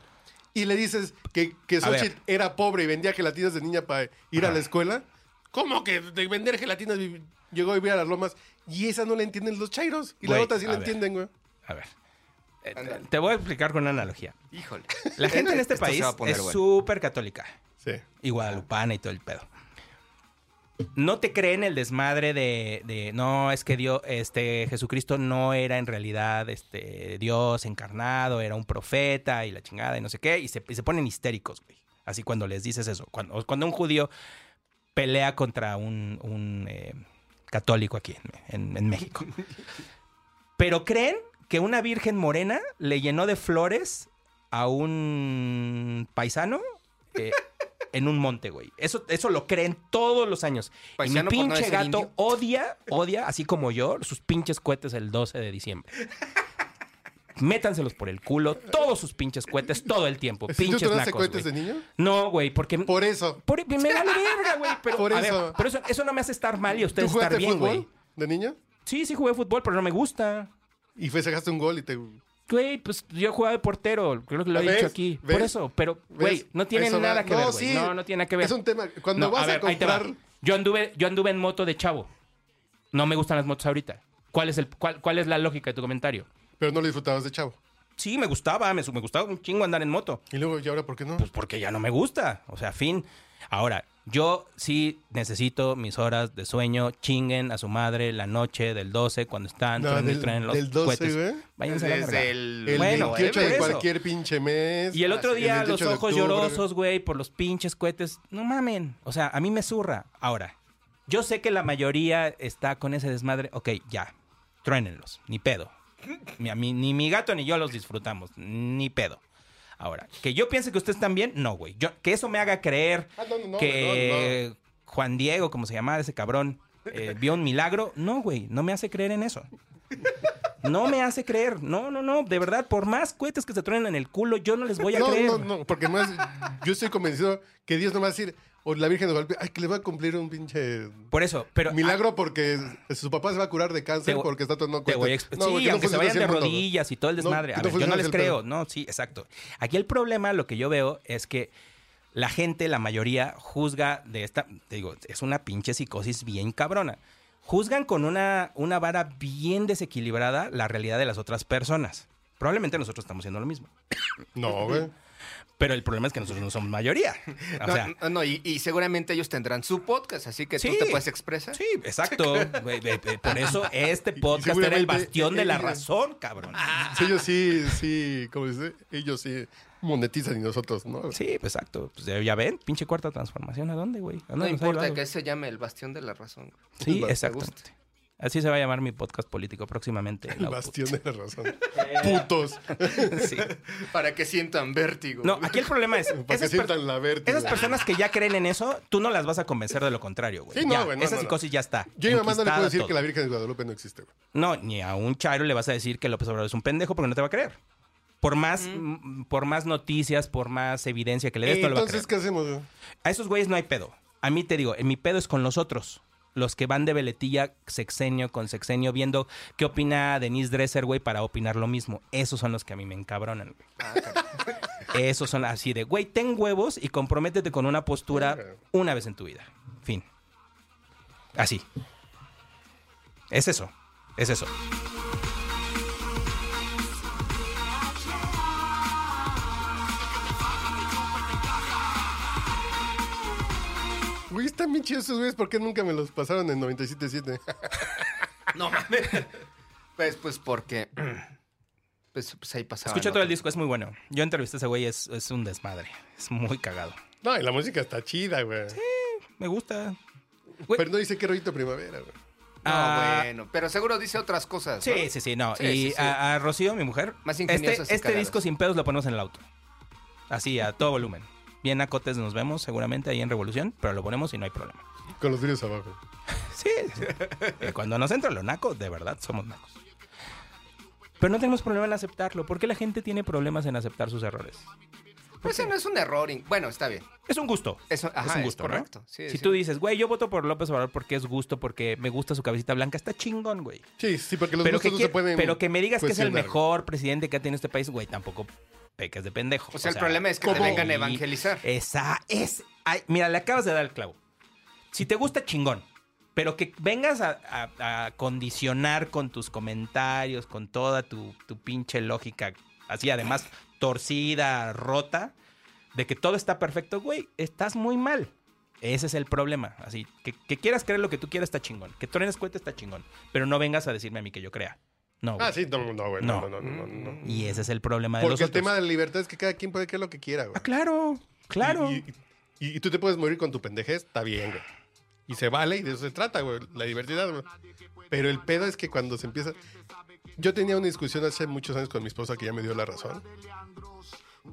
Speaker 4: Y le dices que, que
Speaker 5: A ver.
Speaker 4: Xochitl era pobre y vendía gelatinas de niña para ir a la escuela. ¿Cómo que de vender gelatinas vi- llegó a vivir a las lomas? Y esa no la entienden los chairos. Y la
Speaker 5: Güey,
Speaker 4: otra sí
Speaker 5: a
Speaker 4: la
Speaker 5: ver.
Speaker 4: entienden, güey.
Speaker 5: A ver. eh,
Speaker 6: Ándale.
Speaker 5: Te voy a explicar con una analogía.
Speaker 6: Híjole.
Speaker 5: La gente en este
Speaker 6: Eh, Esto se
Speaker 5: país
Speaker 6: va a poner
Speaker 5: es
Speaker 6: bueno.
Speaker 5: súper católica
Speaker 4: Sí.
Speaker 5: y guadalupana y todo el pedo. No te creen el desmadre de, de, no, es que Dios, este, Jesucristo no era en realidad este, Dios encarnado, era un profeta y la chingada y no sé qué, y se, y se ponen histéricos, güey. Así cuando les dices eso. Cuando, o cuando un judío pelea contra un, un, eh, católico aquí en, en- en México. Pero creen que una virgen morena le llenó de flores a un paisano eh, en un monte, güey. Eso, eso lo creen todos los años. Y mi
Speaker 6: Paisano por no
Speaker 5: pinche
Speaker 6: decir
Speaker 5: gato
Speaker 6: indio.
Speaker 5: odia, odia, así como yo, sus pinches cohetes el 12 de diciembre. Métanselos por el culo, todos sus pinches cohetes, todo el tiempo.
Speaker 4: ¿Tú
Speaker 5: Pues Pinches
Speaker 4: tomaste
Speaker 5: nacos,
Speaker 4: cohetes de
Speaker 5: güey.
Speaker 4: niño?
Speaker 5: No, güey, porque...
Speaker 4: Por eso.
Speaker 5: Por- me vale verga, güey. Pero,
Speaker 4: Por
Speaker 5: por eso.
Speaker 4: eso.
Speaker 5: por eso, eso no me hace estar mal y a
Speaker 4: ¿Tú
Speaker 5: ustedes estar
Speaker 4: jugaste
Speaker 5: bien,
Speaker 4: fútbol
Speaker 5: güey.
Speaker 4: de niño?
Speaker 5: Sí, sí jugué fútbol, pero no me gusta.
Speaker 4: Y festejaste un gol y te...
Speaker 5: Güey, pues yo jugaba de portero, creo que lo he
Speaker 4: ¿Ves?
Speaker 5: dicho aquí.
Speaker 4: ¿Ves?
Speaker 5: Por eso, pero, güey,
Speaker 4: ¿Ves?
Speaker 5: no tiene
Speaker 4: Eso va.
Speaker 5: nada que
Speaker 4: No,
Speaker 5: ver, güey.
Speaker 4: sí.
Speaker 5: No, no tiene nada que ver.
Speaker 4: Es un tema. Cuando
Speaker 5: No,
Speaker 4: vas a,
Speaker 5: ahí te
Speaker 4: comprar...
Speaker 5: va. Yo anduve, yo anduve en moto de chavo. No me gustan las motos ahorita. ¿Cuál es, el, cuál, ¿Cuál es la lógica de tu comentario?
Speaker 4: Pero no lo disfrutabas de chavo.
Speaker 5: Sí, me gustaba, me, su- me gustaba un chingo andar en moto.
Speaker 4: Y luego, ¿y ahora por qué no?
Speaker 5: Pues porque ya no me gusta. O sea, fin. Ahora, yo sí necesito mis horas de sueño. Chinguen a su madre la noche del 12 cuando están.
Speaker 4: No,
Speaker 5: traen-
Speaker 4: del-
Speaker 5: traen los
Speaker 4: del 12,
Speaker 5: cohetes.
Speaker 4: güey.
Speaker 5: Váyanse a la verga.
Speaker 6: Desde el,
Speaker 4: El
Speaker 5: Bueno,
Speaker 4: 28
Speaker 5: eh,
Speaker 4: de
Speaker 5: por eso.
Speaker 4: cualquier pinche mes.
Speaker 5: Y el otro día, los
Speaker 4: 28 de
Speaker 5: ojos
Speaker 4: octubre.
Speaker 5: llorosos, güey, por los pinches cohetes. No mamen. O sea, a mí me zurra. Ahora, yo sé que la mayoría está con ese desmadre. Ok, ya. Truénenlos. Ni pedo. Ni, a mí- ni mi gato ni yo los disfrutamos. Ni pedo. Ahora, que yo piense que ustedes también, no, güey. Yo- Que eso me haga creer
Speaker 4: Ah, no, no, no,
Speaker 5: que Juan Diego, como se llamaba ese cabrón, eh, vio un milagro. No, güey, no me hace creer en eso. No me hace creer. No, no, no. De verdad, por más cohetes que se truenen en el culo, yo no les voy a
Speaker 4: no,
Speaker 5: creer.
Speaker 4: no, no, porque más yo estoy convencido que Dios no va a decir, o la Virgen nos va a ay, que le va a cumplir un pinche
Speaker 5: Por eso, pero. ah,
Speaker 4: milagro porque su papá se va a curar de
Speaker 5: Te
Speaker 4: cáncer
Speaker 5: voy-
Speaker 4: porque está tomando
Speaker 5: ah, Te
Speaker 4: cuenta.
Speaker 5: voy a exp- sí, aunque se vayan de rodillas y todo el desmadre. a ver, yo no les creo. No, sí, exacto. Aquí el problema, lo que yo veo, es que la gente, la mayoría, juzga de esta. Te digo, es una pinche psicosis bien cabrona. Juzgan con una, una vara bien desequilibrada la realidad de las otras personas. Probablemente nosotros estamos haciendo lo mismo.
Speaker 4: No, güey.
Speaker 5: Pero el problema es que nosotros no somos mayoría. O
Speaker 6: No,
Speaker 5: sea,
Speaker 6: no, no, y, y seguramente ellos tendrán su podcast, así que
Speaker 5: Sí.
Speaker 6: tú te puedes expresar.
Speaker 5: Sí, exacto. Güey, güey, güey, Por eso este podcast era el
Speaker 4: seguramente Ah,
Speaker 5: bastión de la
Speaker 4: ellos-
Speaker 5: razón, cabrón.
Speaker 4: Sí, ellos sí, sí, como dice, ellos sí monetizan y nosotros no.
Speaker 5: Sí, pues, exacto. Pues ya ya ven, pinche cuarta transformación, ¿a dónde, güey? ¿A dónde
Speaker 6: No,
Speaker 5: nos ha
Speaker 6: importa
Speaker 5: llevado?
Speaker 6: que se llame el bastión de la razón. güey.
Speaker 5: Sí,
Speaker 6: Me gusta.
Speaker 5: exactamente. Así se va a llamar mi podcast político próximamente.
Speaker 4: El
Speaker 5: Output.
Speaker 4: bastión de la razón. Putos.
Speaker 5: Eh, Sí.
Speaker 6: Para que sientan vértigo.
Speaker 5: No, aquí el problema es...
Speaker 4: Para que
Speaker 5: esas, per-
Speaker 4: sientan la vértigo.
Speaker 5: esas personas que ya creen en eso, tú no las vas a convencer de lo contrario, güey.
Speaker 4: Sí, no,
Speaker 5: Ya,
Speaker 4: güey, no,
Speaker 5: Esa
Speaker 4: no, no.
Speaker 5: psicosis ya está.
Speaker 4: Yo a mi mamá no le puedo
Speaker 5: enquistada,
Speaker 4: decir
Speaker 5: todo.
Speaker 4: que la Virgen de Guadalupe no existe, güey.
Speaker 5: No, ni a un chairo le vas a decir que López Obrador es un pendejo porque no te va a creer. Por más, mm, por más noticias, por más evidencia que le des, no lo va a creer.
Speaker 4: Entonces, ¿qué hacemos? güey?
Speaker 5: A esos güeyes no hay pedo. A mí te digo, eh, mi pedo es con los otros. Los que van de veletilla sexenio con sexenio viendo qué opina Denise Dresser, güey, para opinar lo mismo. Esos son los que a mí me encabronan, güey.
Speaker 6: Ah,
Speaker 5: Esos son así de, güey, ten huevos y comprométete con una postura una vez en tu vida. Fin. Así. Es eso. Es eso.
Speaker 6: Ah,
Speaker 4: Güey, están bien chidos esos güeyes. ¿Por qué nunca me los pasaron en 97.7?
Speaker 6: No mames. Pues, pues porque. Pues, pues ahí pasaba.
Speaker 5: Escucha
Speaker 6: ¿no?
Speaker 5: todo el disco, es muy bueno. Yo entrevisté a ese güey, es, es un desmadre. Es muy cagado.
Speaker 4: No, y la música está chida, güey.
Speaker 5: Me gusta. Güey.
Speaker 4: Pero no dice qué rollito primavera, güey.
Speaker 6: No,
Speaker 5: Ah,
Speaker 6: bueno. Pero seguro dice otras cosas. ¿no?
Speaker 5: Sí, sí, sí, no.
Speaker 6: Sí,
Speaker 5: y
Speaker 6: sí, sí.
Speaker 5: A, a Rocío, mi mujer,
Speaker 6: Más
Speaker 5: este,
Speaker 6: ingeniosas y
Speaker 5: este
Speaker 6: cagadas.
Speaker 5: disco sin pedos lo ponemos en el auto. Así, a todo volumen. Bien a Cotes nos vemos seguramente ahí en Revolución, pero lo ponemos y no hay problema.
Speaker 4: Con los vidrios abajo.
Speaker 5: Sí. sí. Eh, Cuando nos entra lo naco, de verdad somos nacos. Pero no tenemos problema en aceptarlo. ¿Por qué la gente tiene problemas en aceptar sus errores?
Speaker 6: Pero ese Pues no es un error. in- Bueno, está bien.
Speaker 5: Es un gusto.
Speaker 6: Eso-
Speaker 5: es
Speaker 6: ajá,
Speaker 5: un
Speaker 6: es
Speaker 5: gusto, ¿no?
Speaker 6: correcto. Sí,
Speaker 5: si
Speaker 6: sí.
Speaker 5: tú dices, güey, yo voto por López Obrador porque es gusto, porque me gusta su cabecita blanca, está chingón, güey.
Speaker 4: Sí, sí, porque los
Speaker 5: pero
Speaker 4: gustos
Speaker 5: que,
Speaker 4: no
Speaker 5: quier-
Speaker 4: se pueden.
Speaker 5: pero que me digas que es el
Speaker 4: cuestionar.
Speaker 5: mejor presidente que ha tenido este país, güey, tampoco pecas de pendejo.
Speaker 6: O sea, el problema es que te
Speaker 5: ¿cómo?
Speaker 6: vengan a
Speaker 5: Y
Speaker 6: evangelizar.
Speaker 5: Esa es. ay, mira, le acabas de dar el clavo. Si te gusta, chingón. Pero que vengas a, a- a condicionar con tus comentarios, con toda tu, tu pinche lógica, así además torcida, rota, de que todo está perfecto, güey, estás muy mal. Ese es el problema. Así que, que quieras creer lo que tú quieras está chingón. Que truenes cuenta está chingón. Pero no vengas a decirme a mí que yo crea. No. güey.
Speaker 4: Ah, sí, no, no, güey. No,
Speaker 5: No. Mm,
Speaker 4: no, no, no. no, no.
Speaker 5: Y ese es el problema de
Speaker 4: Porque
Speaker 5: los
Speaker 4: el tema
Speaker 5: otros.
Speaker 4: de la libertad es que cada quien puede creer lo que quiera, güey.
Speaker 5: Ah, claro, claro.
Speaker 4: Y, y- y- y tú te puedes morir con tu pendejez, está bien, güey. Y se vale, y de eso se trata, güey. La diversidad, güey. Pero el pedo es que cuando se empieza. Yo tenía una discusión hace muchos años con mi esposa que ya me dio la razón.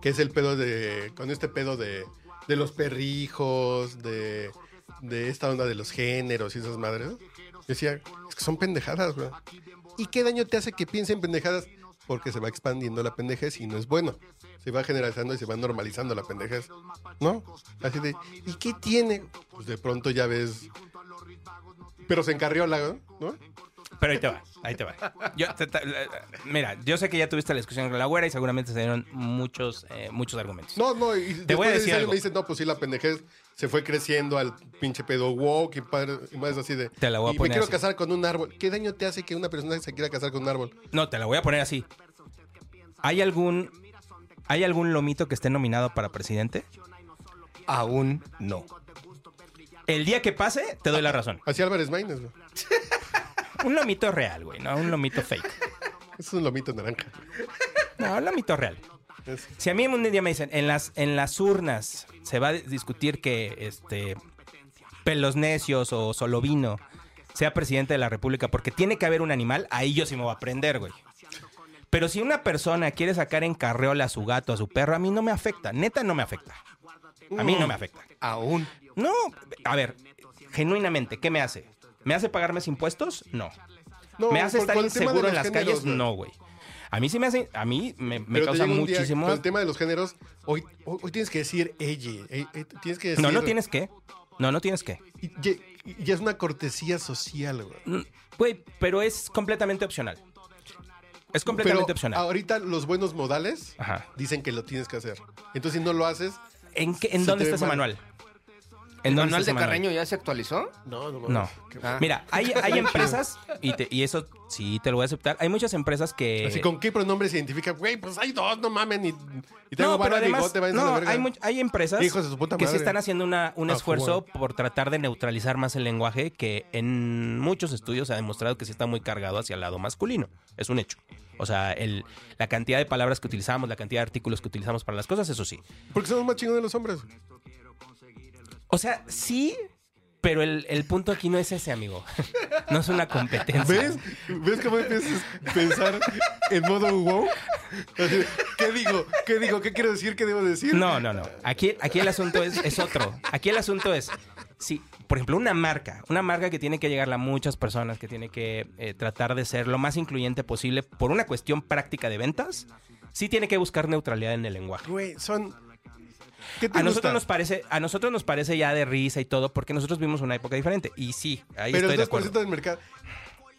Speaker 4: Que es el pedo de. Con este pedo de. De los perrijos, de. De esta onda de los géneros y esas madres. Decía, es que son pendejadas, güey. ¿Y qué daño te hace que piensen pendejadas? Porque se va expandiendo la pendejez y no es bueno. Se va generalizando y se va normalizando la pendejez. ¿No? Así de, ¿y qué tiene? Pues de pronto ya ves. Pero se encarriola, ¿no?
Speaker 5: Pero ahí te va, ahí te va. Yo, te- te- mira, yo sé que ya tuviste la discusión con la güera y seguramente se dieron muchos, eh, muchos argumentos.
Speaker 4: No, no. Y
Speaker 5: Te voy
Speaker 4: después
Speaker 5: a
Speaker 4: de
Speaker 5: decir
Speaker 4: años
Speaker 5: algo.
Speaker 4: me dicen, no, pues sí, la pendejez se fue creciendo al pinche pedo woke y, padre, y más así de.
Speaker 5: Te la voy a
Speaker 4: y
Speaker 5: poner
Speaker 4: me quiero
Speaker 5: así.
Speaker 4: casar con un árbol. ¿Qué daño te hace que una persona se quiera casar con un árbol?
Speaker 5: No, te la voy a poner así. ¿Hay algún, ¿hay algún lomito que esté nominado para presidente?
Speaker 6: Aún no.
Speaker 5: El día que pase, te doy la razón.
Speaker 4: Así Álvarez Maínez, güey.
Speaker 5: Un lomito real, güey, no un lomito fake.
Speaker 4: Es un lomito naranja.
Speaker 5: No, un lomito real.
Speaker 4: Es-
Speaker 5: Si a mí un día me dicen, en las, en las urnas se va a discutir que este pelos necios o solovino sea presidente de la República porque tiene que haber un animal, ahí yo sí me voy a aprender, güey. Pero si una persona quiere sacar en carreola a su gato, a su perro, a mí no me afecta, neta no me afecta. A mí no me afecta.
Speaker 6: Aún.
Speaker 5: No, a ver, genuinamente, ¿qué me hace? ¿Me hace pagar mis impuestos? No.
Speaker 4: No,
Speaker 5: ¿Me hace
Speaker 4: por-
Speaker 5: estar
Speaker 4: por el tema de
Speaker 5: inseguro en
Speaker 4: los
Speaker 5: las
Speaker 4: géneros,
Speaker 5: calles?
Speaker 4: güey.
Speaker 5: No, güey. A mí sí me hace, a mí me, me
Speaker 4: Pero te
Speaker 5: causa
Speaker 4: llega un día
Speaker 5: muchísimo.
Speaker 4: con el tema de los géneros, hoy, hoy, hoy tienes que decir ella. eh, eh, tienes que decir.
Speaker 5: No, no tienes que. No, no tienes que.
Speaker 4: Y- y- y Ya es una cortesía social, güey.
Speaker 5: Mm, Güey, pero es completamente opcional. Es completamente
Speaker 4: Pero
Speaker 5: opcional.
Speaker 4: ahorita los buenos modales
Speaker 5: Ajá.
Speaker 4: dicen que lo tienes que hacer. Entonces, si no lo haces,
Speaker 5: ¿En, qué- en
Speaker 4: se
Speaker 5: dónde
Speaker 4: te ve
Speaker 5: está ese
Speaker 4: mal.
Speaker 5: manual?
Speaker 6: ¿El
Speaker 5: dónde
Speaker 6: manual
Speaker 5: está
Speaker 6: de
Speaker 5: ese
Speaker 6: Carreño ya se actualizó?
Speaker 4: no, no.
Speaker 5: No.
Speaker 4: mames. Qué-
Speaker 6: Ah.
Speaker 5: Mira, hay, hay empresas, y, te- y eso sí te lo voy a aceptar. Hay muchas empresas que.
Speaker 4: Así, ¿con qué pronombre se identifica? Güey, pues hay dos, no mamen. Y, y tengo
Speaker 5: No, pero
Speaker 4: vara,
Speaker 5: además,
Speaker 4: bigote, váyanse a la
Speaker 5: no,
Speaker 4: verga.
Speaker 5: hay, much- hay empresas
Speaker 4: Hijos de su puta
Speaker 5: que sí
Speaker 4: madre.
Speaker 5: están haciendo una- un
Speaker 4: Ah,
Speaker 5: esfuerzo por tratar de neutralizar más el lenguaje que en muchos estudios se ha demostrado que sí está muy cargado hacia el lado masculino. Es un hecho. O sea, el- la cantidad de palabras que utilizamos, la cantidad de artículos que utilizamos para las cosas, eso sí.
Speaker 4: Porque somos más chingones los hombres.
Speaker 5: O sea, sí, pero el, el punto aquí no es ese, amigo. No es una competencia.
Speaker 4: ¿Ves? ¿Ves cómo empiezas a pensar en modo wow? Así, ¿Qué digo? ¿Qué digo? ¿Qué quiero decir? ¿Qué debo decir?
Speaker 5: No, no, no. Aquí, aquí el asunto es, es otro. Aquí el asunto es, si, por ejemplo, una marca, una marca que tiene que llegarle a muchas personas, que tiene que eh, tratar de ser lo más incluyente posible por una cuestión práctica de ventas, sí tiene que buscar neutralidad en el lenguaje.
Speaker 4: Güey, son. ¿Qué te gusta?
Speaker 5: A nosotros, nos parece, a nosotros nos parece ya de risa y todo, porque nosotros vimos una época diferente. Y sí, ahí
Speaker 4: Pero
Speaker 5: estoy de
Speaker 4: el 2%
Speaker 5: acuerdo.
Speaker 4: del mercado.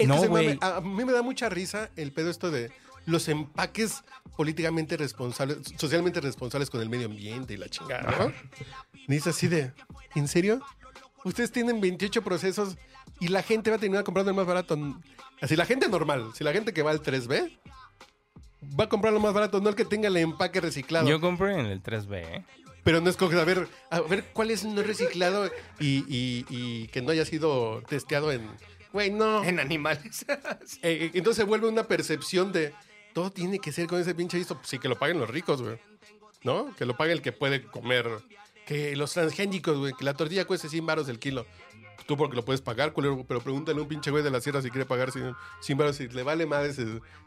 Speaker 5: No,
Speaker 4: se
Speaker 5: güey.
Speaker 4: mame- A mí me da mucha risa el pedo esto de los empaques políticamente responsables, socialmente responsables con el medio ambiente y la chingada, ¿no? Y es así de, ¿en serio? Ustedes tienen 28 procesos y la gente va a terminar comprando el más barato. Así, la gente normal, si la gente que va al 3B, va a comprar lo más barato, no el que tenga el empaque reciclado.
Speaker 5: Yo compré en el 3B, ¿eh?
Speaker 4: Pero no escoges, a ver, a ver cuál es no reciclado y, y- y que no haya sido testeado en... Güey, no.
Speaker 6: En animales.
Speaker 4: Eh, eh, entonces se vuelve una percepción de todo tiene que ser con ese pinche listo. pues Sí, que lo paguen los ricos, güey. ¿No? Que lo pague el que puede comer. Que los transgénicos, güey, que la tortilla cueste 100 varos el kilo. Tú porque lo puedes pagar, culero, pero pregúntale a un pinche güey de la sierra si quiere pagar 100, 100 varos, si le vale madre si,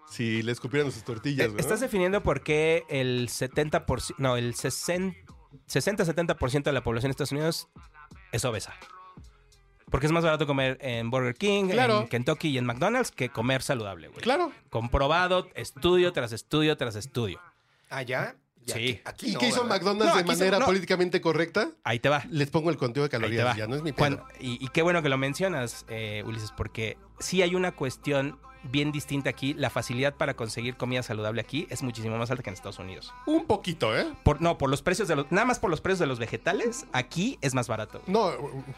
Speaker 4: si le escupieran sus tortillas, güey. ¿no?
Speaker 5: Eh, Estás definiendo por qué el 70%, no, el 60-70% de la población de Estados Unidos es obesa. Porque es más barato comer en Burger King,
Speaker 4: Claro.
Speaker 5: en Kentucky y en McDonald's que comer saludable, güey.
Speaker 4: Claro.
Speaker 5: Comprobado, estudio tras estudio tras estudio.
Speaker 6: ¿Allá?
Speaker 5: Sí.
Speaker 4: ¿Y qué
Speaker 6: McDonald's?
Speaker 4: hizo McDonald's
Speaker 5: No,
Speaker 4: de
Speaker 5: aquí se-
Speaker 4: manera
Speaker 5: no.
Speaker 4: políticamente correcta?
Speaker 5: Ahí te va.
Speaker 4: Les pongo el conteo de
Speaker 5: Ahí te va.
Speaker 4: calorías, ya no es mi
Speaker 5: Cuando-
Speaker 4: pedo.
Speaker 5: y, y qué bueno que lo mencionas, eh, Ulises, porque sí hay una cuestión bien distinta aquí. La facilidad para conseguir comida saludable aquí es muchísimo más alta que en Estados Unidos.
Speaker 4: Un poquito, ¿eh?
Speaker 5: Por, no, por los precios de los. Nada más por los precios de los vegetales, aquí es más barato. güey.
Speaker 4: No,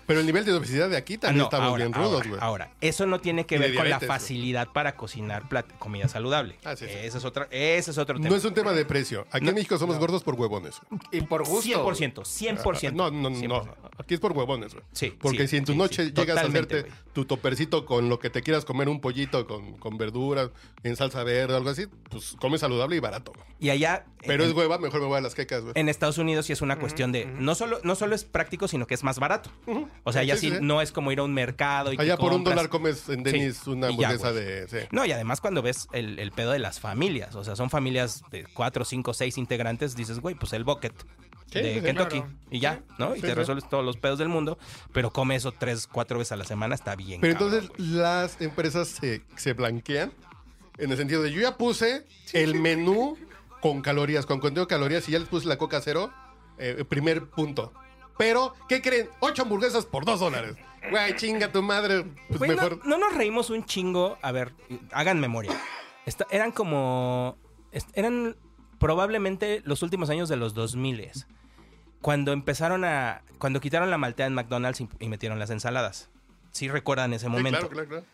Speaker 4: pero el nivel de obesidad de aquí
Speaker 5: Ah,
Speaker 4: también
Speaker 5: no,
Speaker 4: estamos
Speaker 5: ahora,
Speaker 4: bien rudos,
Speaker 5: ahora,
Speaker 4: güey.
Speaker 5: ahora, eso no tiene que
Speaker 4: Y de
Speaker 5: ver con la
Speaker 4: diabetes, güey.
Speaker 5: facilidad para cocinar plat- comida saludable.
Speaker 4: Ah, sí, sí.
Speaker 5: Ese, es otra, ese es otro tema.
Speaker 4: No es un tema de precio. Aquí en México somos gordos por huevones.
Speaker 6: Y por gusto.
Speaker 5: 100%, 100%.
Speaker 4: Ah, No, no, no.
Speaker 5: 100%.
Speaker 4: Aquí es por huevones, güey.
Speaker 5: Sí,
Speaker 4: Porque
Speaker 5: sí,
Speaker 4: si en tu
Speaker 5: sí,
Speaker 4: noche
Speaker 5: sí.
Speaker 4: llegas a
Speaker 5: Totalmente,
Speaker 4: hacerte
Speaker 5: güey.
Speaker 4: tu topercito con lo que te quieras comer, un pollito con, con verduras, en salsa verde o algo así, pues comes saludable y barato.
Speaker 5: Y allá.
Speaker 4: Pero
Speaker 5: en,
Speaker 4: es hueva, mejor me voy a las quecas, güey.
Speaker 5: en Estados Unidos sí es una cuestión de. No solo, no solo es práctico, sino que es más barato. O sea, ya
Speaker 4: Sí,
Speaker 5: sí,
Speaker 4: sí, sí.
Speaker 5: no es como ir a un mercado y que
Speaker 4: Allá por un
Speaker 5: compras-
Speaker 4: dólar comes en Denis
Speaker 5: Sí,
Speaker 4: una
Speaker 5: y ya,
Speaker 4: hamburguesa
Speaker 5: güey.
Speaker 4: de... sí.
Speaker 5: No, y además cuando ves el, el pedo de las familias, o sea, son familias de cuatro, cinco, seis integrantes, dices, güey, pues el bucket
Speaker 4: Sí,
Speaker 5: de
Speaker 4: sí,
Speaker 5: Kentucky
Speaker 6: claro.
Speaker 5: y ya, ¿no? Y
Speaker 4: Sí,
Speaker 5: te
Speaker 4: sí.
Speaker 5: resuelves todos los pedos del mundo, pero come eso tres, cuatro veces a la semana, está bien.
Speaker 4: Pero
Speaker 5: cabrón,
Speaker 4: entonces
Speaker 5: güey.
Speaker 4: las empresas se, se blanquean en el sentido de yo ya puse el menú con calorías, con contenido de calorías y ya les puse la coca cero, eh, primer punto. Pero, ¿qué creen? Ocho hamburguesas por dos dólares. Güey, chinga tu madre. Pues
Speaker 5: Güey, no-
Speaker 4: mejor.
Speaker 5: no, nos reímos un chingo, a ver, hagan memoria. Esta- eran como, est- eran probablemente los últimos años de los 2000 cuando empezaron a. Cuando quitaron la malteada en McDonald's y, y metieron las ensaladas. Sí recuerdan ese
Speaker 4: Sí,
Speaker 5: momento.
Speaker 4: claro, claro, claro.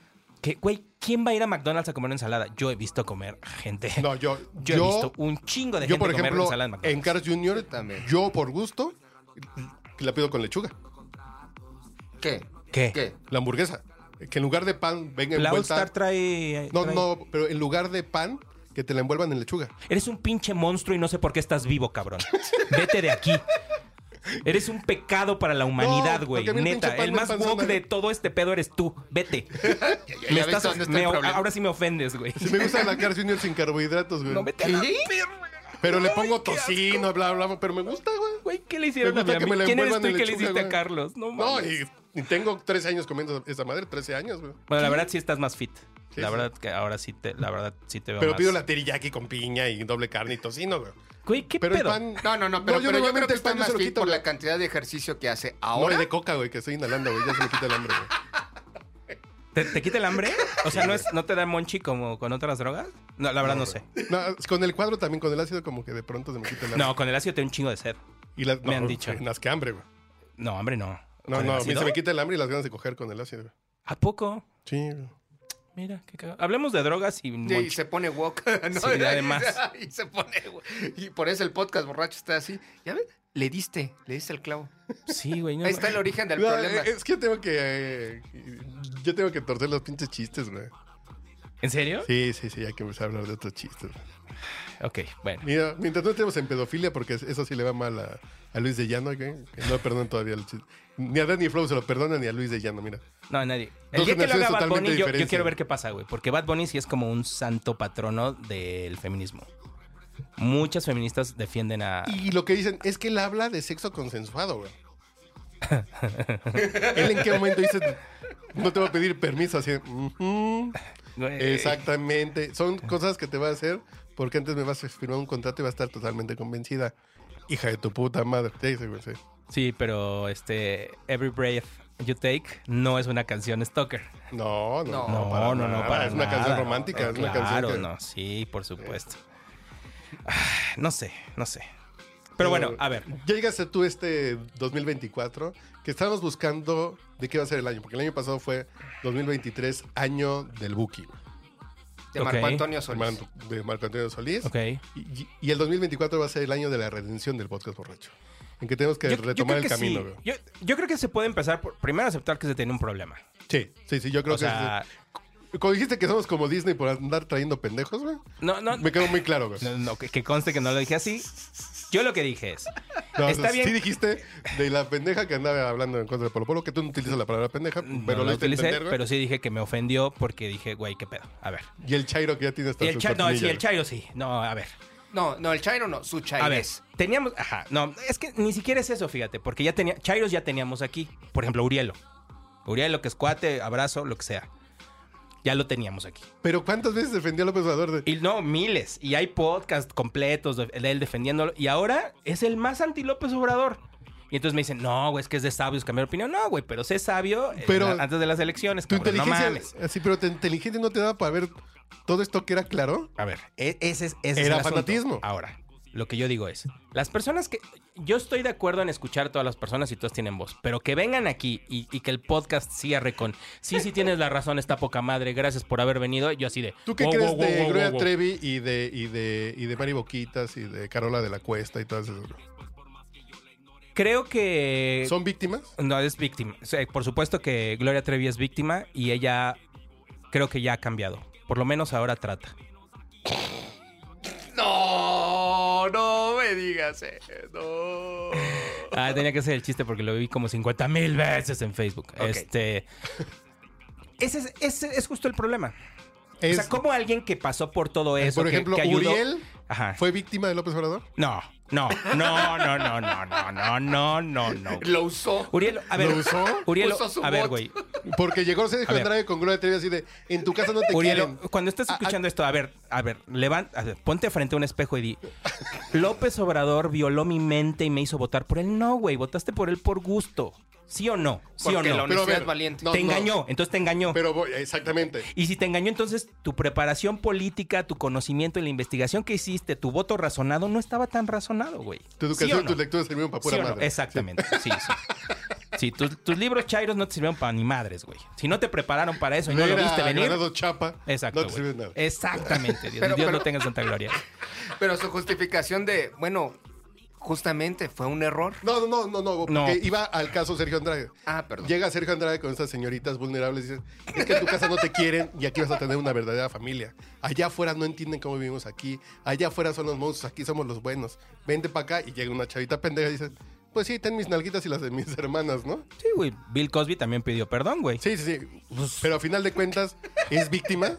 Speaker 5: Que, güey, ¿quién va a ir a McDonald's a comer ensalada? Yo he visto comer gente.
Speaker 4: No, yo, yo,
Speaker 5: yo, he visto un chingo de
Speaker 4: yo,
Speaker 5: gente
Speaker 4: por
Speaker 5: comer
Speaker 4: ejemplo,
Speaker 5: ensalada en
Speaker 4: en
Speaker 5: McDonald's.
Speaker 4: Cars Junior,
Speaker 6: También.
Speaker 4: yo por gusto la pido con lechuga,
Speaker 6: ¿Qué?
Speaker 5: ¿Qué?
Speaker 6: ¿Qué?
Speaker 4: la hamburguesa. Que en lugar de pan venga
Speaker 5: La All
Speaker 4: envuelta.
Speaker 5: Star trae.
Speaker 4: No,
Speaker 5: trae-
Speaker 4: no, pero en lugar de pan, que te la envuelvan en lechuga.
Speaker 5: Eres un pinche monstruo y no sé por qué estás vivo, cabrón. Vete de aquí. Eres un pecado para la humanidad,
Speaker 4: No,
Speaker 5: güey.
Speaker 4: porque a mí el
Speaker 5: Neta,
Speaker 4: pinche pan
Speaker 5: el
Speaker 4: me
Speaker 5: más
Speaker 4: empanzona.
Speaker 5: woke de todo este pedo eres tú. Vete.
Speaker 6: Ya- ya
Speaker 5: Me
Speaker 6: ves
Speaker 5: estás-
Speaker 6: dónde está
Speaker 5: me-
Speaker 6: el problema.
Speaker 5: ahora sí me ofendes, güey.
Speaker 4: Si me gusta la Cars Junior sin carbohidratos, güey.
Speaker 5: No, vete a la verga,
Speaker 4: Pero le
Speaker 5: Ay,
Speaker 4: pongo
Speaker 5: qué
Speaker 4: tocino, bla, bla, bla, pero me gusta, güey.
Speaker 5: Güey, ¿qué le hicieron
Speaker 4: Me
Speaker 5: a mi
Speaker 4: gusta que me
Speaker 5: amigo?
Speaker 4: la
Speaker 5: ¿Quién eres
Speaker 4: envuelvan
Speaker 5: tú
Speaker 4: en
Speaker 5: que le
Speaker 4: lechuga,
Speaker 5: hiciste a
Speaker 4: güey.
Speaker 5: Carlos? No,
Speaker 4: No,
Speaker 5: mames.
Speaker 4: y, y tengo 13 años comiendo esa madre, 13 años, güey.
Speaker 5: Bueno, la verdad sí estás más fit.
Speaker 4: Sí,
Speaker 5: la
Speaker 4: sí.
Speaker 5: verdad que ahora sí te, la verdad sí te veo
Speaker 4: Pero
Speaker 5: más-
Speaker 4: pido la teriyaki con piña y doble carne y tocino, güey.
Speaker 5: Güey, ¿qué
Speaker 4: Pero
Speaker 5: pedo?
Speaker 4: el pan.
Speaker 6: No, no, no, pero, pero yo
Speaker 4: yo
Speaker 6: creo
Speaker 4: normalmente
Speaker 6: que
Speaker 4: el
Speaker 6: está
Speaker 4: pan yo
Speaker 6: más
Speaker 4: se lo
Speaker 6: fit
Speaker 4: quito,
Speaker 6: por
Speaker 4: güey.
Speaker 6: la cantidad de ejercicio que hace
Speaker 4: No,
Speaker 6: ahora.
Speaker 4: y de coca, güey, que estoy inhalando, güey. Ya se me quita el hambre, güey.
Speaker 5: ¿Te, te quita el hambre? O sea, ¿no, es, ¿no te da monchi como con otras drogas? No, la verdad no, sé.
Speaker 4: No, con el cuadro también, con el ácido, como que de pronto se me quita el hambre.
Speaker 5: No, con el ácido te da un chingo de sed.
Speaker 4: y las,
Speaker 5: me han dicho.
Speaker 4: Las que hambre, güey.
Speaker 5: No, hambre no.
Speaker 4: No,
Speaker 5: ¿Con el
Speaker 4: no, a mí
Speaker 5: ácido?
Speaker 4: se me quita el hambre y las ganas de coger con el ácido, güey.
Speaker 5: ¿A poco?
Speaker 4: Sí, güey.
Speaker 5: Mira, qué cagado. Hablemos de drogas y
Speaker 6: Sí, y
Speaker 5: monchi.
Speaker 6: se pone woke. ¿no?
Speaker 5: Sí, además.
Speaker 6: Y se pone woke. Y por eso el podcast borracho está así. ¿Ya ves? Le diste, le diste el clavo.
Speaker 5: Sí, güey. no
Speaker 6: Ahí
Speaker 5: ma-
Speaker 6: está el origen del
Speaker 4: No,
Speaker 6: problema.
Speaker 4: Es que yo tengo que. eh, yo tengo que torcer los pinches chistes, güey.
Speaker 5: ¿En serio?
Speaker 4: Sí, sí, sí, hay que empezar a hablar de otros chistes. güey.
Speaker 5: Ok, bueno.
Speaker 4: Mira, mientras no estemos en pedofilia, porque eso sí le va mal a, a Luis de Llano, que que no perdonan todavía el chiste. Ni a Danny Flow se lo perdonan, ni a Luis de Llano, mira.
Speaker 5: No, nadie. El día que lo
Speaker 4: generaciones
Speaker 5: haga Bad
Speaker 4: totalmente
Speaker 5: Bunny, yo- yo,
Speaker 4: diferentes.
Speaker 5: quiero ver qué pasa, güey. Porque Bad Bunny sí es como un santo patrono del feminismo. Muchas feministas defienden a.
Speaker 4: Y lo que dicen es que él habla de sexo consensuado, güey. ¿Él en qué momento dice, no te va a pedir permiso? Así, "Ujú,
Speaker 5: Güey.
Speaker 4: exactamente. Son cosas que te va a hacer porque antes me vas a firmar un contrato y vas a estar totalmente convencida. Hija de tu puta madre. Te dice, güey, sí.
Speaker 5: Sí, pero este. Every Breath You Take no es una canción stalker.
Speaker 4: No, no.
Speaker 6: No,
Speaker 5: No, no,
Speaker 4: Oh,
Speaker 5: no,
Speaker 4: nada.
Speaker 5: para
Speaker 4: Es una
Speaker 5: nada.
Speaker 4: canción romántica,
Speaker 5: No,
Speaker 4: es una
Speaker 5: claro,
Speaker 4: canción que-
Speaker 5: no, sí, por supuesto. Ah, No sé, no sé. Pero bueno, a ver.
Speaker 4: Ya llegaste tú este 2024, que estábamos buscando de qué va a ser el año, porque el año pasado fue 2023, año del Buki,
Speaker 6: De Marco
Speaker 5: Ok.
Speaker 6: Antonio Solís.
Speaker 4: hermano de Marco Antonio Solís.
Speaker 5: Ok.
Speaker 4: Y, y el 2024 va a ser el año de la redención del podcast borracho, en que tenemos que
Speaker 5: Yo- yo
Speaker 4: retomar
Speaker 5: creo
Speaker 4: el
Speaker 5: que sí.
Speaker 4: camino. güey.
Speaker 5: Yo, yo creo que se puede empezar por primero aceptar que se tiene un problema.
Speaker 4: Sí, sí, sí, yo creo
Speaker 5: O sea,
Speaker 4: que... sí. Cuando dijiste que somos como Disney por andar trayendo pendejos, güey,
Speaker 5: no, no,
Speaker 4: me quedó muy claro, güey.
Speaker 5: no, no, que, que conste que no lo dije así. Yo lo que dije es,
Speaker 4: No,
Speaker 5: está
Speaker 4: sí
Speaker 5: bien.
Speaker 4: dijiste de la pendeja que andaba hablando en contra de Polo Polo, que tú no utilizas la palabra pendeja, pero
Speaker 5: no
Speaker 4: lo
Speaker 5: lo
Speaker 4: diste a
Speaker 5: utilicé,
Speaker 4: entender, güey.
Speaker 5: pero sí dije que me ofendió porque dije, güey, qué pedo. A ver.
Speaker 4: Y el Chairo que ya tiene hasta
Speaker 5: Y el
Speaker 4: su
Speaker 5: Chairo, no,
Speaker 4: cortinilla,
Speaker 5: sí, el
Speaker 4: güey.
Speaker 5: Chairo sí. No, a ver.
Speaker 6: No, no, el Chairo no, su
Speaker 5: A ver,
Speaker 6: Chaires.
Speaker 5: teníamos, ajá, no, es que ni siquiera es eso, fíjate, porque ya tenía, Chairos ya teníamos aquí, por ejemplo, Urielo. Urielo, que es cuate, abrazo, lo que sea. Ya lo teníamos aquí.
Speaker 4: Pero ¿cuántas veces defendió a López Obrador? De...
Speaker 5: Y no, miles. Y hay podcasts completos de de él defendiéndolo. Y ahora es el más anti López Obrador. Y entonces me dicen, no, güey, es que es de sabios cambiar opinión. No, güey, pero sé sabio eh,
Speaker 4: Pero
Speaker 5: na- antes de las elecciones,
Speaker 4: Tu
Speaker 5: cabrón, no
Speaker 4: inteligencia,
Speaker 5: mames.
Speaker 4: así, pero tu inteligencia no te daba para ver todo esto que era claro.
Speaker 5: A ver, e- ese es, ese es
Speaker 4: Era
Speaker 5: el asunto.
Speaker 4: fanatismo.
Speaker 5: Ahora, lo que yo digo es, las personas que... Yo estoy de acuerdo en escuchar a todas las personas y todas tienen voz, pero que vengan aquí y, y que el podcast cierre con, sí, sí tienes la razón, está poca madre, gracias por haber venido, yo así de...
Speaker 4: ¿Tú qué
Speaker 5: "Wow,
Speaker 4: crees
Speaker 5: wow, wow,
Speaker 4: de
Speaker 5: wow,
Speaker 4: Gloria
Speaker 5: wow, wow".
Speaker 4: Trevi y de, y, de, y de Mari Boquitas y de Carola de la Cuesta y todas esas?
Speaker 5: Creo que...
Speaker 4: ¿Son víctimas?
Speaker 5: No, es víctima. Eh, O sea, por supuesto que Gloria Trevi es víctima y ella creo que ya ha cambiado. Por lo menos ahora trata.
Speaker 6: No, no me digas eso. No.
Speaker 5: Ah, tenía que hacer el chiste porque lo vi como 50 mil veces en Facebook.
Speaker 6: Ok.
Speaker 5: Este. Ese es, ese es justo el problema.
Speaker 4: Es-
Speaker 5: o sea, como alguien que pasó por todo eso.
Speaker 4: por
Speaker 5: que-
Speaker 4: ejemplo,
Speaker 5: que ayudó-
Speaker 4: Uriel
Speaker 5: Ajá.
Speaker 4: fue víctima de López Obrador.
Speaker 5: No, no, no, no, no, no, no, no, no, no, no.
Speaker 6: Lo usó.
Speaker 5: Uriel, a ver.
Speaker 4: ¿Lo usó?
Speaker 5: Uriel,
Speaker 6: Usó su
Speaker 5: a ver,
Speaker 6: bot.
Speaker 5: güey.
Speaker 4: Porque llegó Sergio
Speaker 5: A ver.
Speaker 4: Andrade con Gloria Trevi así de, en tu casa no te
Speaker 5: Uriel,
Speaker 4: quieren.
Speaker 5: cuando estás escuchando esto, a ver, a ver, levanta, a ver, ponte frente a un espejo y di, López Obrador violó mi mente y me hizo votar por él. No, güey, votaste por él por gusto. ¿Sí o no? ¿Sí
Speaker 6: Porque
Speaker 5: o no?
Speaker 6: la
Speaker 4: Pero a ver,
Speaker 6: honestidad valiente.
Speaker 4: no,
Speaker 5: te engañó, entonces te engañó.
Speaker 4: Pero voy- exactamente.
Speaker 5: y si te engañó, entonces tu preparación política, tu conocimiento y la investigación que hiciste, tu voto razonado, no estaba tan razonado, güey.
Speaker 4: Tu
Speaker 5: ¿Sí
Speaker 4: educación
Speaker 5: o
Speaker 4: y
Speaker 5: no?
Speaker 4: tus lecturas sirvieron para pura
Speaker 5: ¿Sí o no?
Speaker 4: madre.
Speaker 5: Exactamente, sí, sí. Sí, tus, tus libros chairos no te sirvieron para ni madres, güey. Si no te prepararon para eso y no
Speaker 4: Leer
Speaker 5: lo viste
Speaker 4: a
Speaker 5: venir.
Speaker 4: Granado Chapa.
Speaker 5: Exacto.
Speaker 4: No te
Speaker 5: güey.
Speaker 4: sirve de nada.
Speaker 5: Exactamente. Dios,
Speaker 6: Pero-
Speaker 5: Dios
Speaker 6: pero-
Speaker 5: lo tenga en santa gloria.
Speaker 6: Pero su justificación de, bueno, justamente fue un error.
Speaker 4: No, no, no, no, no, porque
Speaker 5: No.
Speaker 4: iba al caso Sergio Andrade.
Speaker 6: Ah, perdón.
Speaker 4: Llega Sergio Andrade con estas señoritas vulnerables y dice, es que en tu casa no te quieren y aquí vas a tener una verdadera familia. Allá afuera no entienden cómo vivimos aquí. Allá afuera son los monstruos, aquí somos los buenos. Vente para acá y llega una chavita pendeja y dice, pues sí, ten mis nalguitas y las de mis hermanas, ¿no?
Speaker 5: Sí, güey. Bill Cosby también pidió perdón, güey.
Speaker 4: Sí, sí, sí. Pues, Pero a final de cuentas, ¿es víctima?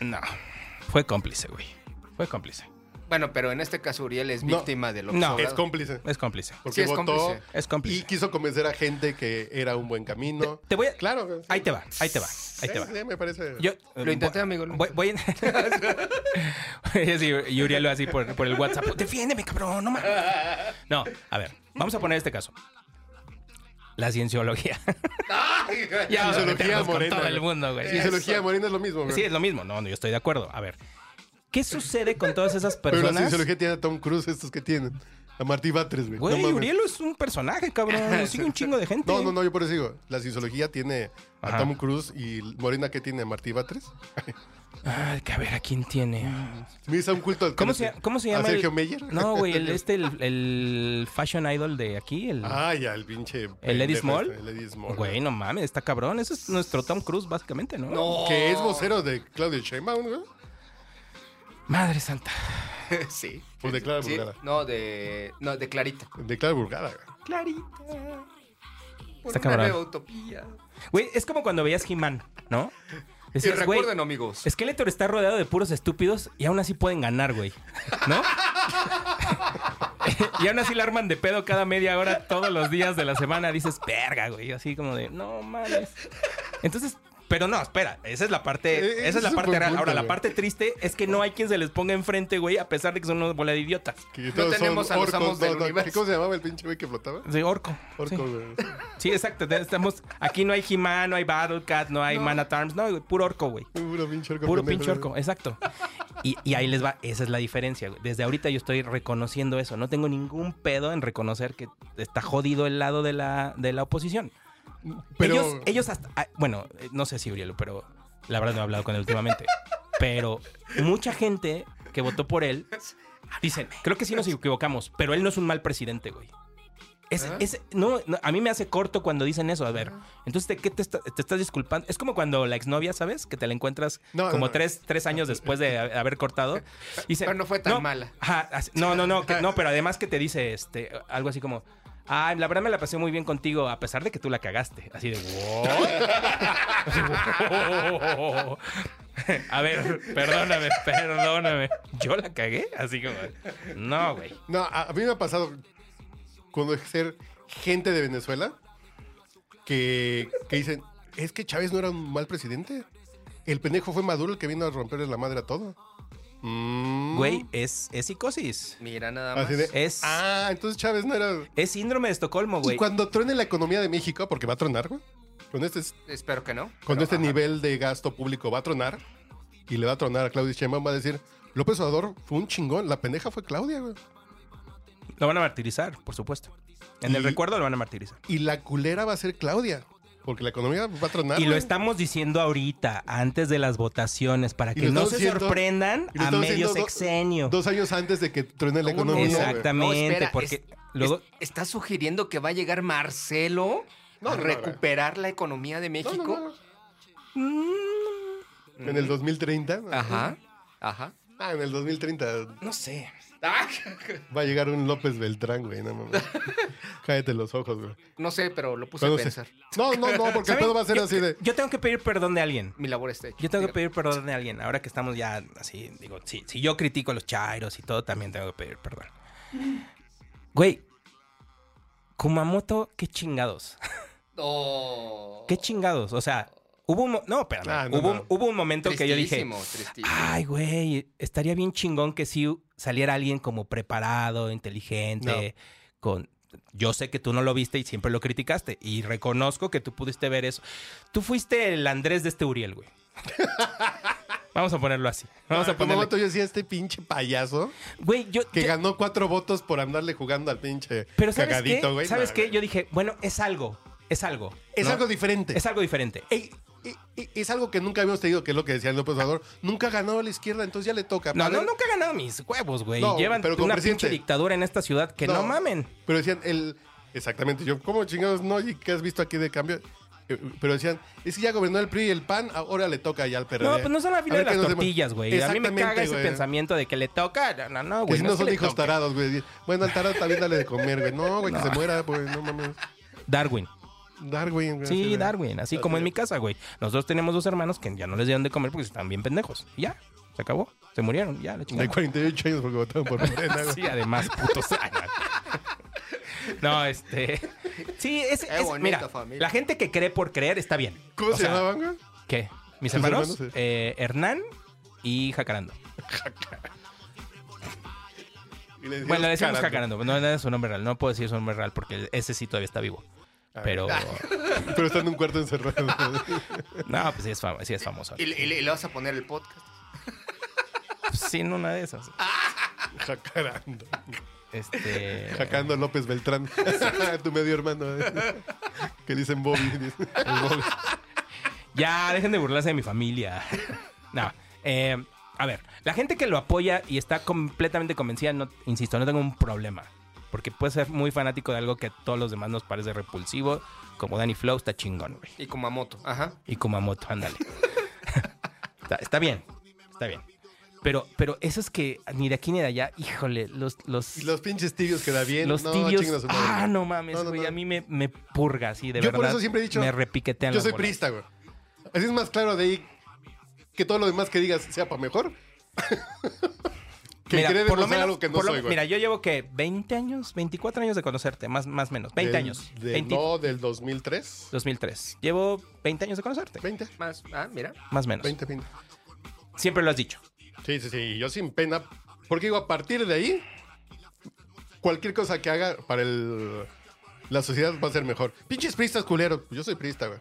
Speaker 5: No. Fue cómplice, güey. Fue cómplice.
Speaker 6: Bueno, pero en este caso Uriel es
Speaker 4: No.
Speaker 6: víctima de lo que
Speaker 5: No.
Speaker 6: sobrado.
Speaker 4: Es cómplice.
Speaker 5: Es cómplice.
Speaker 4: Porque
Speaker 6: Sí, es
Speaker 4: votó
Speaker 6: cómplice.
Speaker 5: Es cómplice.
Speaker 4: y quiso convencer a gente que era un buen camino.
Speaker 5: Te voy a...
Speaker 4: Claro.
Speaker 5: Ahí te va, ahí te va, ahí te va.
Speaker 4: Sí, sí, me parece.
Speaker 5: Yo,
Speaker 6: Lo intenté,
Speaker 5: voy-
Speaker 6: amigo, lo
Speaker 5: Voy, voy- Y así, y Uriel lo hace por, por el WhatsApp. Defiéndeme, cabrón, no mames. No, a ver, vamos a poner este caso. La cienciología. ya vamos
Speaker 4: Cienciología
Speaker 5: a meternos con
Speaker 4: morena,
Speaker 5: todo el
Speaker 4: güey.
Speaker 5: mundo, güey.
Speaker 4: Cienciología morena es lo mismo, güey.
Speaker 5: Sí, es lo mismo. No, no, yo estoy de acuerdo. A ver, ¿qué sucede con todas esas
Speaker 4: Pero la
Speaker 5: personas?
Speaker 4: cienciología tiene a Tom Cruise, estos que tienen. A Martí Batres, güey.
Speaker 5: Güey,
Speaker 4: no, mames.
Speaker 5: Uriel es un personaje, cabrón. Lo sigue un chingo de gente.
Speaker 4: no, no, no, yo por eso digo. La cienciología tiene a
Speaker 5: Ajá.
Speaker 4: Tom Cruise y Morena, ¿qué tiene? ¿A Martí Batres?
Speaker 5: Ay, que a ver, ¿a quién tiene?
Speaker 4: Me hizo un culto al
Speaker 5: ¿Cómo se,
Speaker 4: cruce.
Speaker 5: cómo se llama?
Speaker 4: Mm, ¿A Sergio
Speaker 5: el...
Speaker 4: Meyer?
Speaker 5: No, güey, el, este, el, el fashion idol de aquí, el...
Speaker 4: Ah, ya, el pinche.
Speaker 5: ¿El Eddie
Speaker 4: pendejo
Speaker 5: Small?
Speaker 4: este, El Eddie Small.
Speaker 5: Güey, no mames, está cabrón. Eso es nuestro Tom Cruise, básicamente, ¿no?
Speaker 6: No.
Speaker 4: Que es vocero de Claudio Sheinbaum, güey.
Speaker 5: Madre santa.
Speaker 6: sí.
Speaker 4: O de Clara
Speaker 6: Sí,
Speaker 4: Burgada.
Speaker 6: No, de, no, de Clarita.
Speaker 4: De Clara Burgada, güey.
Speaker 6: Clarita. Por
Speaker 5: Está
Speaker 6: una
Speaker 5: cabrón.
Speaker 6: nueva utopía.
Speaker 5: Güey, es como cuando veías He-Man, ¿no?
Speaker 6: Y
Speaker 5: Decías, güey,
Speaker 6: recuerden, amigos.
Speaker 5: Skeletor está rodeado de puros estúpidos y aún así pueden ganar, güey. ¿No? y aún así la arman de pedo cada media hora todos los días de la semana. Dices, verga, güey. Así como de, no mames. Entonces, pero no, espera. Esa es la
Speaker 4: Eh,
Speaker 5: parte, esa
Speaker 4: ese
Speaker 5: es la
Speaker 4: es un
Speaker 5: parte
Speaker 4: buen
Speaker 5: real.
Speaker 4: punto,
Speaker 5: Ahora, la
Speaker 4: güey.
Speaker 5: parte triste es que no hay quien se les ponga enfrente, güey, a pesar de que son una bola de idiotas.
Speaker 4: Que
Speaker 6: No
Speaker 4: todos son
Speaker 6: tenemos a los amos del universo.
Speaker 4: ¿Cómo se llamaba el pinche güey que flotaba?
Speaker 5: De orco.
Speaker 4: Orco,
Speaker 5: sí.
Speaker 4: güey.
Speaker 5: Sí, exacto. te- Estamos. Aquí no hay He-Man, no hay Battlecat, no hay Man at Arms. No, güey, puro orco, güey.
Speaker 4: Puro pinche orco.
Speaker 5: Puro
Speaker 4: pendejo,
Speaker 5: pinche
Speaker 4: güey.
Speaker 5: orco, exacto. Y, y ahí les va, esa es la diferencia. güey. Desde ahorita yo estoy reconociendo eso. No tengo ningún pedo en reconocer que está jodido el lado de la, de la oposición.
Speaker 4: Pero.
Speaker 5: Ellos, ellos hasta. ah, Bueno, eh, no sé si Urielo, pero la verdad no he hablado con él últimamente. Pero mucha gente que votó por él dicen, creo que sí nos equivocamos, pero él no es un mal presidente, güey. Es,
Speaker 6: ¿Eh?
Speaker 5: es- no, no, a mí me hace corto cuando dicen eso. A ver, entonces, ¿de qué te, está- te estás disculpando? Es como cuando la exnovia, ¿sabes? Que te la encuentras
Speaker 4: No, no,
Speaker 5: como
Speaker 4: no.
Speaker 5: Tres, tres años después de ha- haber cortado. Y dice,
Speaker 6: Pero no fue tan mala.
Speaker 5: ajá, así- no, no, no, que- no, pero además que te dice este, algo así como, ay, la verdad me la pasé muy bien contigo, a pesar de que tú la cagaste. Así de, wow. Así, wow. A ver, perdóname, perdóname. ¿Yo la cagué? Así como, no, güey.
Speaker 4: No, a, a mí me ha pasado conocer gente de Venezuela que, que dicen, es que Chávez no era un mal presidente. El pendejo fue Maduro el que vino a romperle la madre a todo. Mm.
Speaker 5: Güey, es, es psicosis.
Speaker 6: Mira nada más.
Speaker 4: Así de,
Speaker 5: Es,
Speaker 4: Ah, entonces Chávez no era...
Speaker 5: es síndrome de Estocolmo,
Speaker 4: Y
Speaker 5: güey.
Speaker 4: cuando truene la economía de México, porque va a tronar, güey. Con este,
Speaker 6: Espero que no.
Speaker 4: con
Speaker 6: pero,
Speaker 4: este
Speaker 6: ajá.
Speaker 4: nivel de gasto público va a tronar. Y le va a tronar a Claudia Sheinbaum, va a decir, López Obrador fue un chingón, la pendeja fue Claudia, güey.
Speaker 5: Lo van a martirizar, por supuesto. En el
Speaker 4: Y-
Speaker 5: recuerdo lo van a martirizar.
Speaker 4: Y la culera va a ser Claudia. Porque la economía va a tronar.
Speaker 5: Y lo
Speaker 4: Ah, güey.
Speaker 5: estamos diciendo ahorita, antes de las votaciones, para
Speaker 4: Y
Speaker 5: que
Speaker 4: lo
Speaker 5: no
Speaker 4: estamos
Speaker 5: se
Speaker 4: diciendo-
Speaker 5: sorprendan
Speaker 4: y lo
Speaker 5: a
Speaker 4: estamos
Speaker 5: medio
Speaker 4: diciendo do-
Speaker 5: sexenio.
Speaker 4: Dos años antes de que truene la
Speaker 6: ¿Cómo no?
Speaker 4: economía. güey.
Speaker 5: Exactamente,
Speaker 6: No, espera,
Speaker 5: porque
Speaker 6: es-
Speaker 5: luego...
Speaker 6: es- ¿Estás sugiriendo que va a llegar Marcelo
Speaker 4: No,
Speaker 6: a
Speaker 4: no, no.
Speaker 6: recuperar la economía de
Speaker 4: No,
Speaker 6: México?
Speaker 4: no, no. En el 2030. ¿no?
Speaker 6: Ajá, ajá.
Speaker 4: Ah, en el 2030
Speaker 5: No sé.
Speaker 6: Ah,
Speaker 4: va a llegar un López Beltrán, güey. No mames. Cállate los ojos, güey.
Speaker 6: No sé, pero lo puse a
Speaker 4: Cuando se-
Speaker 6: pensar.
Speaker 4: No, no, no, porque el pedo va a ser así de.
Speaker 5: Yo tengo que pedir perdón de alguien.
Speaker 6: Mi labor está hecha.
Speaker 5: Yo tengo que
Speaker 6: Diga.
Speaker 5: pedir perdón de alguien. Ahora que estamos ya así, digo, si, si yo critico a los chairos y todo, también tengo que pedir perdón. Güey, Kumamoto, qué chingados.
Speaker 6: No.
Speaker 5: Qué chingados. O sea, hubo un... mo- No, espérame.
Speaker 4: Ah, no,
Speaker 5: hubo,
Speaker 4: no.
Speaker 5: hubo un momento que yo dije...
Speaker 6: Tristísimo,
Speaker 5: "Ah".
Speaker 6: tristísimo.
Speaker 5: Ay, güey, estaría bien chingón que si saliera alguien como preparado, inteligente, con... Yo sé que tú no lo viste y siempre lo criticaste. Y reconozco que tú pudiste ver eso. Tú fuiste el Andrés de este Uriel, güey. Vamos a ponerlo así. Vamos a
Speaker 4: Como
Speaker 5: ponerlo.
Speaker 4: vato yo decía, este pinche payaso
Speaker 5: Güey, yo.
Speaker 4: que
Speaker 5: yo-
Speaker 4: ganó cuatro votos por andarle jugando al pinche
Speaker 5: pero ¿sabes
Speaker 4: cagadito,
Speaker 5: qué?
Speaker 4: güey.
Speaker 5: ¿Sabes
Speaker 4: No,
Speaker 5: qué?
Speaker 4: no.
Speaker 5: Yo dije, bueno, es algo. Es algo.
Speaker 4: Es
Speaker 5: ¿no?
Speaker 4: algo diferente.
Speaker 5: Es algo diferente.
Speaker 4: Ey, e- e- es algo que nunca habíamos tenido, que es lo que decía el López Obrador. Nunca ha ganado a la izquierda, entonces ya le toca.
Speaker 5: No,
Speaker 4: Para
Speaker 5: no,
Speaker 4: él-
Speaker 5: nunca he ganado mis huevos, güey.
Speaker 4: No,
Speaker 5: Llevan
Speaker 4: pero como
Speaker 5: una
Speaker 4: presidente.
Speaker 5: pinche dictadura en esta ciudad que no, mamen.
Speaker 4: Pero decían, el, exactamente, yo, ¿cómo chingados no? ¿Y qué has visto aquí de cambio? Eh, Pero decían, es que ya gobernó el PRI y el PAN, ahora le toca ya al PRD.
Speaker 5: No, pues no son la fila
Speaker 4: A
Speaker 5: de
Speaker 4: ver
Speaker 5: las
Speaker 4: qué nos demos.
Speaker 5: tortillas, güey. A mí me
Speaker 4: Exactamente,
Speaker 5: caga ese
Speaker 4: güey.
Speaker 5: pensamiento de que le toca. No, no, no,
Speaker 4: Que
Speaker 5: güey.
Speaker 4: si
Speaker 5: no
Speaker 4: no
Speaker 5: es
Speaker 4: son
Speaker 5: que le
Speaker 4: hijos
Speaker 5: toque.
Speaker 4: tarados, güey. Bueno, al tarado también dale de comer, güey. No, güey, que se muera, pues, no mames.
Speaker 5: Darwin.
Speaker 4: Darwin, güey.
Speaker 5: Sí,
Speaker 4: así de-
Speaker 5: Darwin. Así como en mi casa, güey. Nosotros tenemos dos hermanos que ya no les dieron de comer porque están bien pendejos. Y ya, se acabó. Se murieron. Ya, la
Speaker 4: De
Speaker 5: chingada.
Speaker 4: 48 años porque votaron por Morena, güey.
Speaker 5: Sí, además, putos. Ay, No, No, este. Sí, es.
Speaker 6: Qué
Speaker 5: es-
Speaker 6: bonita
Speaker 5: mira,
Speaker 6: familia.
Speaker 5: la gente que cree por creer está bien.
Speaker 4: ¿Cómo
Speaker 5: O
Speaker 4: se
Speaker 5: sea,
Speaker 4: llamaban, güey?
Speaker 5: ¿Qué? Mis
Speaker 4: Tus
Speaker 5: hermanos,
Speaker 4: hermanos, sí.
Speaker 5: eh, Hernán y Jacarando.
Speaker 4: Y le decíamos
Speaker 5: Bueno, le decíamos
Speaker 4: Carando.
Speaker 5: Jacarando, no, no es su nombre real, no puedo decir su nombre real porque ese sí todavía está vivo. Pero
Speaker 4: Pero está en un cuarto encerrado.
Speaker 5: no, pues sí es, fam- sí es famoso.
Speaker 6: Y, y- y le vas a poner el podcast.
Speaker 5: Pues Sí, en una de esas.
Speaker 4: Jacarando.
Speaker 5: Este,
Speaker 4: Jacando López Beltrán. tu medio hermano. eh. Que le dicen Bobby. dice.
Speaker 5: ya, dejen de burlarse de mi familia. No, eh, a ver, la gente que lo apoya y está completamente convencida, no, insisto, no tengo un problema. Porque puede ser muy fanático de algo que a todos los demás nos parece repulsivo, como Danny Flow está chingón, güey.
Speaker 6: Y Kumamoto. Ajá.
Speaker 5: y Kumamoto, ándale. está, está bien, está bien. Pero, pero esos que ni de aquí ni de allá, híjole, los, los,
Speaker 4: Y los pinches tibios queda bien.
Speaker 5: los
Speaker 4: no,
Speaker 5: tibios.
Speaker 4: chinguen a su madre.
Speaker 5: Ah, no mames,
Speaker 4: No,
Speaker 5: güey.
Speaker 4: no, no.
Speaker 5: A mí me, me purga así, de
Speaker 4: Yo
Speaker 5: verdad.
Speaker 4: por eso siempre he dicho,
Speaker 5: Me repiquetean
Speaker 4: Yo
Speaker 5: las
Speaker 4: soy
Speaker 5: bolas.
Speaker 4: priista, güey. Así es más claro de ahí que todo lo demás que digas sea para mejor. que
Speaker 5: Mira,
Speaker 4: querer
Speaker 5: por lo
Speaker 4: demostrar
Speaker 5: menos-
Speaker 4: algo que no
Speaker 5: por lo-
Speaker 4: soy, güey.
Speaker 5: Mira, yo llevo que 20 años, 24 años de conocerte, más más menos. 20
Speaker 4: Del-
Speaker 5: años.
Speaker 4: del-
Speaker 5: 20
Speaker 4: No, del 2003.
Speaker 5: 2003. Llevo 20 años de conocerte,
Speaker 4: 20.
Speaker 6: Más. Ah, mira.
Speaker 5: más menos.
Speaker 4: 20, 20.
Speaker 5: Siempre lo has dicho.
Speaker 4: Sí, sí, sí. Yo sin pena. Porque digo, a partir de ahí, cualquier cosa que haga para el, la sociedad va a ser mejor. Pinches pristas, culeros. Pues Yo soy prista, güey.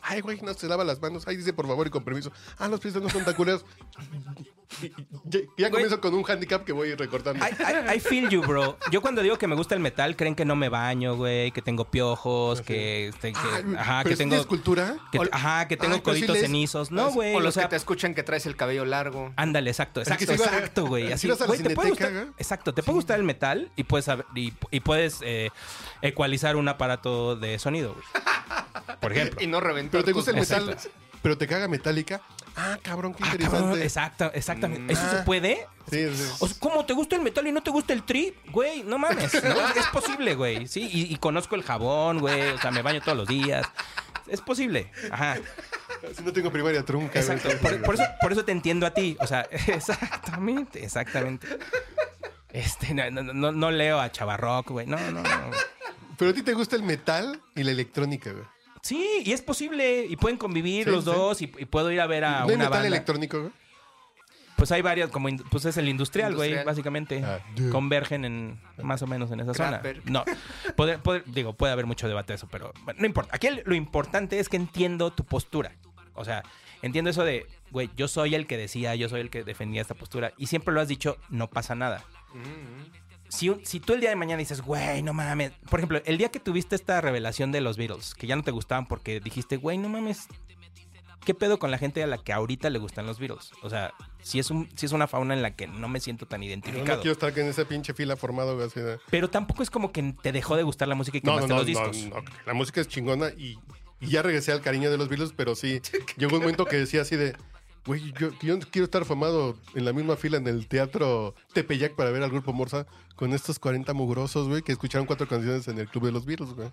Speaker 4: Ay, güey, no se lava las manos. Ay, dice por favor y con permiso. Ah, los pristas no son tan culeros. ya ya
Speaker 5: Güey.
Speaker 4: comienzo con un handicap que voy recortando.
Speaker 5: I, I- I feel you, bro. Yo cuando digo que me gusta el metal, creen que no me baño, güey, que tengo piojos, que, este, que-
Speaker 4: Ay,
Speaker 5: ajá,
Speaker 4: Ah, ¿pero
Speaker 5: que
Speaker 4: sí
Speaker 5: tengo,
Speaker 4: tienes cultura?
Speaker 5: que-
Speaker 6: Ol-
Speaker 5: ajá, que tengo
Speaker 4: Ay, pero sí
Speaker 5: coditos
Speaker 4: lees-
Speaker 5: cenizos. No, güey,
Speaker 6: o
Speaker 5: o
Speaker 6: los
Speaker 5: sea, Ah,
Speaker 6: que te escuchan que traes el cabello largo.
Speaker 5: ándale,
Speaker 4: que
Speaker 5: exacto, exacto,
Speaker 4: si vas a-
Speaker 5: exacto, güey.
Speaker 4: si
Speaker 5: Así,
Speaker 4: vas a la
Speaker 5: güey, te puede
Speaker 4: cineteca,
Speaker 5: gustar-
Speaker 4: ¿eh?
Speaker 5: exacto, te puede gustar el metal y puedes, saber- y, y puedes eh, ecualizar un aparato de sonido, güey. Por ejemplo. Ah,
Speaker 6: Y no reventar.
Speaker 4: Pero te
Speaker 6: tus-
Speaker 4: gusta el metal,
Speaker 5: Exacto.
Speaker 4: pero te caga metálica. Ah, cabrón, qué
Speaker 5: Ah,
Speaker 4: interesante. Mm.
Speaker 5: cabrón, exacto, exactamente. ¿Eso se puede?
Speaker 4: Sí, sí.
Speaker 5: O sea, ¿Cómo te gusta el metal y no te gusta el tri? Güey, no mames. ¿no? Es posible, güey. Sí, y, y conozco el jabón, güey. O sea, me baño todos los días. Es posible. Ajá.
Speaker 4: Si no tengo primaria trunca. güey.
Speaker 5: Exacto. Por, por eso, por eso te entiendo a ti. O sea, exactamente, exactamente. Este, no, no- no- no leo a Chavarrock, güey. No, no, no.
Speaker 4: Pero a ti te gusta el metal y la electrónica, güey.
Speaker 5: Sí, y es posible. Y pueden convivir
Speaker 4: Sí,
Speaker 5: los
Speaker 4: sí.
Speaker 5: dos. Y, y puedo ir a ver a
Speaker 4: ¿No hay
Speaker 5: Ah, una
Speaker 4: metal
Speaker 5: banda.
Speaker 4: electrónico, güey?
Speaker 5: Pues hay varias, como in- pues es el industrial, güey,
Speaker 6: Industrial.
Speaker 5: básicamente.
Speaker 4: Ah, dude.
Speaker 5: Convergen en más o menos en esa zona.
Speaker 6: Crapper.
Speaker 5: No, poder, poder- digo, puede haber mucho debate de eso, pero bueno, no importa. Aquí el- lo importante es que entiendo tu postura. O sea, entiendo eso de, güey, yo soy el que decía, yo soy el que defendía esta postura. Y siempre lo has dicho, no pasa nada. Si, un- si tú el día de mañana dices, güey, no mames. Por ejemplo, el día que tuviste esta revelación de los Beatles, que ya no te gustaban porque dijiste, güey, no mames, ¿qué pedo con la gente a la que ahorita le gustan los Beatles? O sea, si es, un, si es una fauna en la que no me siento tan
Speaker 4: No,
Speaker 5: identificado.
Speaker 4: no quiero estar en esa pinche fila formado, güey. así de-
Speaker 5: pero tampoco es como que te dejó de gustar la música y
Speaker 4: No, no,
Speaker 5: quemaste
Speaker 4: no,
Speaker 5: los discos.
Speaker 4: no, no. La música es chingona y, y ya regresé al cariño de los Beatles, pero sí, llegó un momento que decía así de, güey, yo, yo no quiero estar formado en la misma fila en el teatro Tepeyac para ver al grupo Morsa con estos 40 mugrosos, güey, que escucharon cuatro canciones en el club de los Beatles, güey.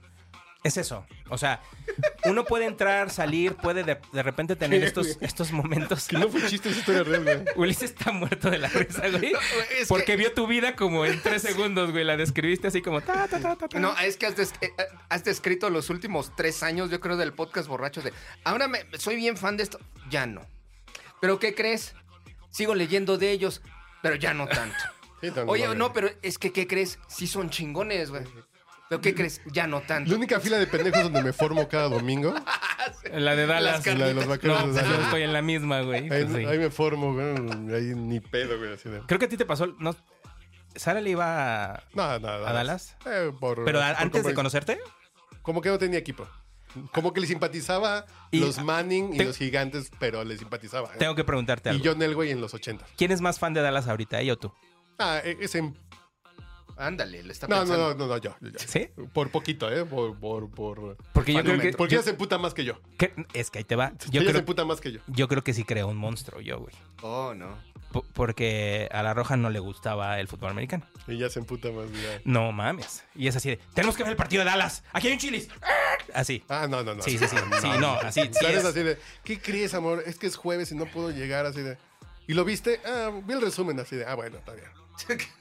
Speaker 5: Es eso. O sea, uno puede entrar, salir, puede de, de repente tener estos, estos momentos.
Speaker 4: Que no fue chiste, es historia real, güey.
Speaker 5: Ulises está muerto de la risa, güey.
Speaker 6: es
Speaker 5: porque vio tu vida como en tres segundos, güey. La describiste así como ta, ta, ta, ta, ta.
Speaker 6: No, es que has, des- eh, eh, has descrito los últimos tres años, yo creo, del podcast borracho de. Ahora me, soy bien fan de esto. Ya no. ¿Pero qué crees? Sigo leyendo de ellos, pero ya no tanto.
Speaker 4: Sí, no, no,
Speaker 6: Oye,
Speaker 4: güey.
Speaker 6: no, pero es que, ¿qué crees? Sí son chingones, güey. ¿Pero qué crees? Ya no
Speaker 4: La
Speaker 6: tanto.
Speaker 4: única fila de pendejos donde me formo cada domingo,
Speaker 5: La de Dallas.
Speaker 4: la de los
Speaker 5: No, pues
Speaker 4: vaqueros de
Speaker 5: yo
Speaker 4: Dallas.
Speaker 5: estoy en la misma, güey.
Speaker 4: Ahí,
Speaker 5: Pues sí.
Speaker 4: ahí me formo, güey. Ahí ni pedo, güey. Así de...
Speaker 5: Creo que a ti te pasó. No, Sara le iba a.
Speaker 4: No, no,
Speaker 5: ¿A Dallas?
Speaker 4: Eh, por-
Speaker 5: Pero a-
Speaker 4: por
Speaker 5: antes de
Speaker 4: compromiso.
Speaker 5: conocerte,
Speaker 4: Como que no tenía equipo. Como que le simpatizaba
Speaker 5: Y-
Speaker 4: los Manning y
Speaker 5: te-
Speaker 4: los gigantes, pero le simpatizaba. ¿eh?
Speaker 5: tengo que
Speaker 4: y
Speaker 5: preguntarte algo.
Speaker 4: John Elway en los 80.
Speaker 5: ¿Quién es más fan de Dallas ahorita, ella o tú?
Speaker 4: Ah, e- ese... No,
Speaker 6: Ándale, le está
Speaker 4: no,
Speaker 6: pensando.
Speaker 4: no, no, no, yo, yo, yo.
Speaker 5: ¿Sí?
Speaker 4: Por poquito, ¿eh? Por, por, por...
Speaker 5: Porque yo creo
Speaker 6: Fácilmente.
Speaker 5: que.
Speaker 4: Porque
Speaker 5: yo-
Speaker 4: ella se emputa más que yo.
Speaker 5: que- es que ahí te va.
Speaker 4: ella
Speaker 5: Yo
Speaker 4: se
Speaker 5: creo,
Speaker 4: emputa más que yo.
Speaker 5: yo creo que sí creó un monstruo, yo, güey.
Speaker 6: Oh, no.
Speaker 5: Po- Porque a la Roja no le gustaba el fútbol americano.
Speaker 4: Ella se emputa más. ya.
Speaker 5: No mames. Y es así de: Tenemos que ver el partido de Dallas. Aquí hay un chilis. Así.
Speaker 4: Ah, no, no, no.
Speaker 5: Sí, sí, sí. Sí, no, así. sí
Speaker 4: Sales
Speaker 5: es.
Speaker 4: así de, ¿qué crees, amor? Es que es jueves y no puedo llegar así de... ¿Y lo viste? Ah, vi el resumen así de, ah, bueno, está bien.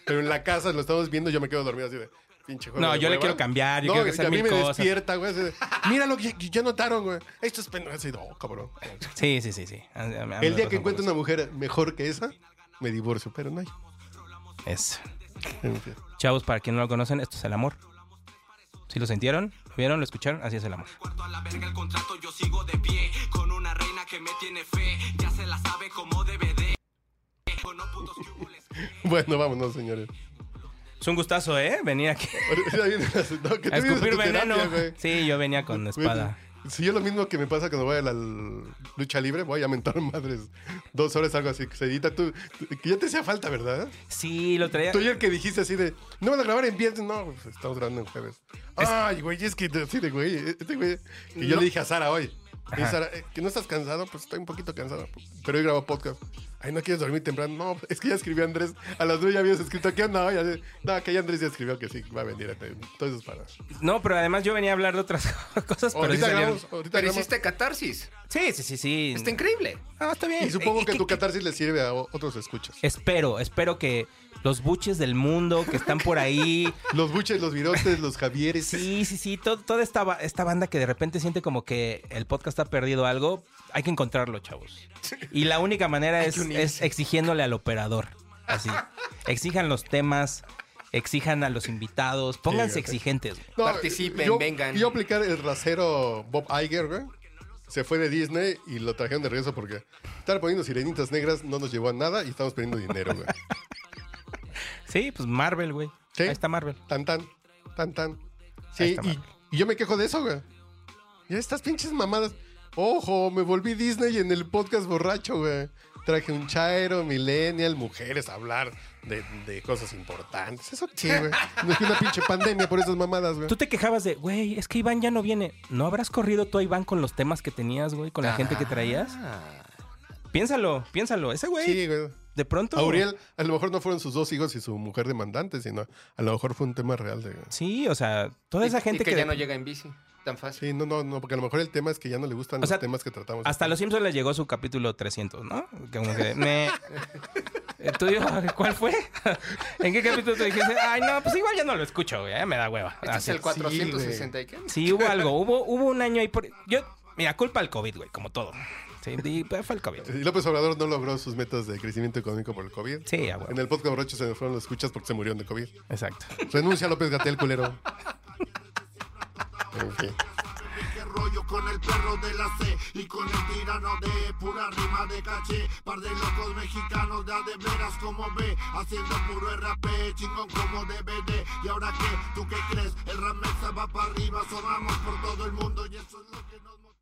Speaker 4: Pero en la casa lo estamos viendo, yo me quedo dormido así de, pinche juego
Speaker 5: No,
Speaker 4: de
Speaker 5: yo le
Speaker 4: hueva".
Speaker 5: quiero cambiar, yo
Speaker 4: no,
Speaker 5: quiero
Speaker 4: y
Speaker 5: hacer
Speaker 4: a mí
Speaker 5: mil
Speaker 4: me
Speaker 5: cosas.
Speaker 4: despierta, güey, así de, mira lo que ya, ya notaron, güey. Esto es pendejo. Así de, oh, cabrón.
Speaker 5: Sí, sí, sí, sí. A- a- a-
Speaker 4: El día
Speaker 5: a-
Speaker 4: que encuentre una mujer mejor que esa, me divorcio, pero no hay.
Speaker 5: Es.
Speaker 4: En fin.
Speaker 5: Chavos, para quien no lo conocen, esto es el amor. Si lo sintieron, lo vieron, lo escucharon, así es el amor.
Speaker 9: Cuarto a la verga el contrato, yo sigo de pie. Con una reina que me tiene fe, ya se la sabe como DVD. Con no putos que hubo, les-
Speaker 4: Bueno, vámonos, señores.
Speaker 5: Es un gustazo, ¿eh? Venir aquí
Speaker 4: Ya vienes a- no, que
Speaker 5: a
Speaker 4: tú vienes a
Speaker 5: escupir
Speaker 4: tu terapia,
Speaker 5: veneno.
Speaker 4: güey.
Speaker 5: Sí, yo venía con espada.
Speaker 4: Si yo lo mismo que me pasa cuando voy a la l- lucha libre, voy a mentar madres. Dos horas, algo así, que se edita. Tú, que ya te hacía falta, ¿verdad?
Speaker 5: Sí, lo traía.
Speaker 4: Tú y el que dijiste así de, no van a grabar en viernes, no, pues, estamos grabando en jueves. Ay, güey, es que así de, güey, este güey. Que yo le dije a Sara hoy. "Oye, Sara, eh, que no estás cansado, pues estoy un poquito cansado. Pero hoy grabo podcast. Ay, no quieres dormir temprano. No, es que ya escribió Andrés. A las nueve ya habías escrito. ¿Qué onda hoy? Así, No, que ya Andrés ya escribió que sí, va a venir. Entonces, para.
Speaker 5: No, pero además yo venía a hablar de otras cosas. Pero sí,
Speaker 4: ahorita
Speaker 5: salieron.
Speaker 4: grabamos. Ahorita
Speaker 6: Pero
Speaker 4: grabamos.
Speaker 6: hiciste catarsis.
Speaker 5: sí, sí, sí, sí.
Speaker 6: Está increíble.
Speaker 5: Ah, está bien.
Speaker 4: Y supongo
Speaker 5: Eh,
Speaker 4: que
Speaker 5: eh,
Speaker 4: tu
Speaker 5: eh,
Speaker 4: catarsis le sirve a o- otros escuchas.
Speaker 5: Espero, espero que los buches del mundo que están por ahí.
Speaker 4: Los buches, los virotes, los javieres.
Speaker 5: Sí, sí, sí. to- toda esta, ba- esta banda que de repente siente como que el podcast ha perdido algo, hay que encontrarlo, chavos. Y la única manera es, es exigiéndole al operador. Así. Exijan los temas, exijan a los invitados, pónganse
Speaker 4: Sí, güey.
Speaker 5: exigentes. güey.
Speaker 4: No,
Speaker 6: Participen,
Speaker 4: yo-
Speaker 6: vengan.
Speaker 4: Yo aplicar el rasero Bob Iger, güey. Se fue de Disney y lo trajeron de regreso porque estar poniendo sirenitas negras no nos llevó a nada y estamos perdiendo dinero, güey.
Speaker 5: Sí, pues Marvel, güey.
Speaker 4: Sí.
Speaker 5: Ahí está Marvel.
Speaker 4: Tan, tan, tan, tan.
Speaker 5: Ahí
Speaker 4: Sí,
Speaker 5: está,
Speaker 4: y,
Speaker 5: mano.
Speaker 4: y yo me quejo de eso, güey. Ya estas pinches mamadas. Ojo, me volví Disney en el podcast borracho, güey. Traje un chairo, millennial, mujeres a hablar de, de cosas importantes. Eso sí, güey. No es que una pinche pandemia por esas mamadas, güey.
Speaker 5: Tú te quejabas de, güey, es que Iván ya no viene. ¿No habrás corrido tú a Iván con los temas que tenías, güey, con la gente
Speaker 4: Ah,
Speaker 5: que traías? Piénsalo, piénsalo. Ese güey,
Speaker 4: Sí, güey.
Speaker 5: de pronto.
Speaker 4: Auriel, a lo mejor no fueron sus dos hijos y su mujer demandante, sino a lo mejor fue un tema real de...
Speaker 5: Sí, o sea, toda
Speaker 6: Y-
Speaker 5: esa gente
Speaker 6: y que,
Speaker 5: que
Speaker 6: ya no llega en bici. Tan fácil.
Speaker 4: Sí, no, no, no, porque a lo mejor el tema es que ya no le gustan
Speaker 5: O
Speaker 4: los
Speaker 5: sea,
Speaker 4: temas que tratamos.
Speaker 5: Hasta Los Simpsons les llegó su capítulo 300, ¿no? Que Como que, me... ¿El tuyo cuál fue? ¿En qué capítulo te dijiste? Ay, no, pues igual ya no lo escucho, Ah, güey, ya me da hueva.
Speaker 6: Este es
Speaker 5: Así.
Speaker 6: el 460 y qué.
Speaker 5: Sí, hubo algo, hubo, hubo un año ahí por... Yo, mira, culpa al COVID, güey, como todo. Sí, di- fue el COVID.
Speaker 4: Y López Obrador no logró sus metas de crecimiento económico por el COVID.
Speaker 5: Sí, a huevo.
Speaker 4: En el podcast borracho se me fueron las escuchas porque se murieron de COVID.
Speaker 5: Exacto.
Speaker 4: Renuncia López Gatel, culero. En fin.
Speaker 7: ¿Qué rollo con el perro de la C y con el tirano de pura rima de caché? Par de locos mexicanos de a de veras como ve, haciendo puro RAP, chingón como DVD. ¿Y ahora qué? ¿Tú qué crees? El rap mexa va para arriba, sonamos por todo el mundo y eso es lo que nos motiva.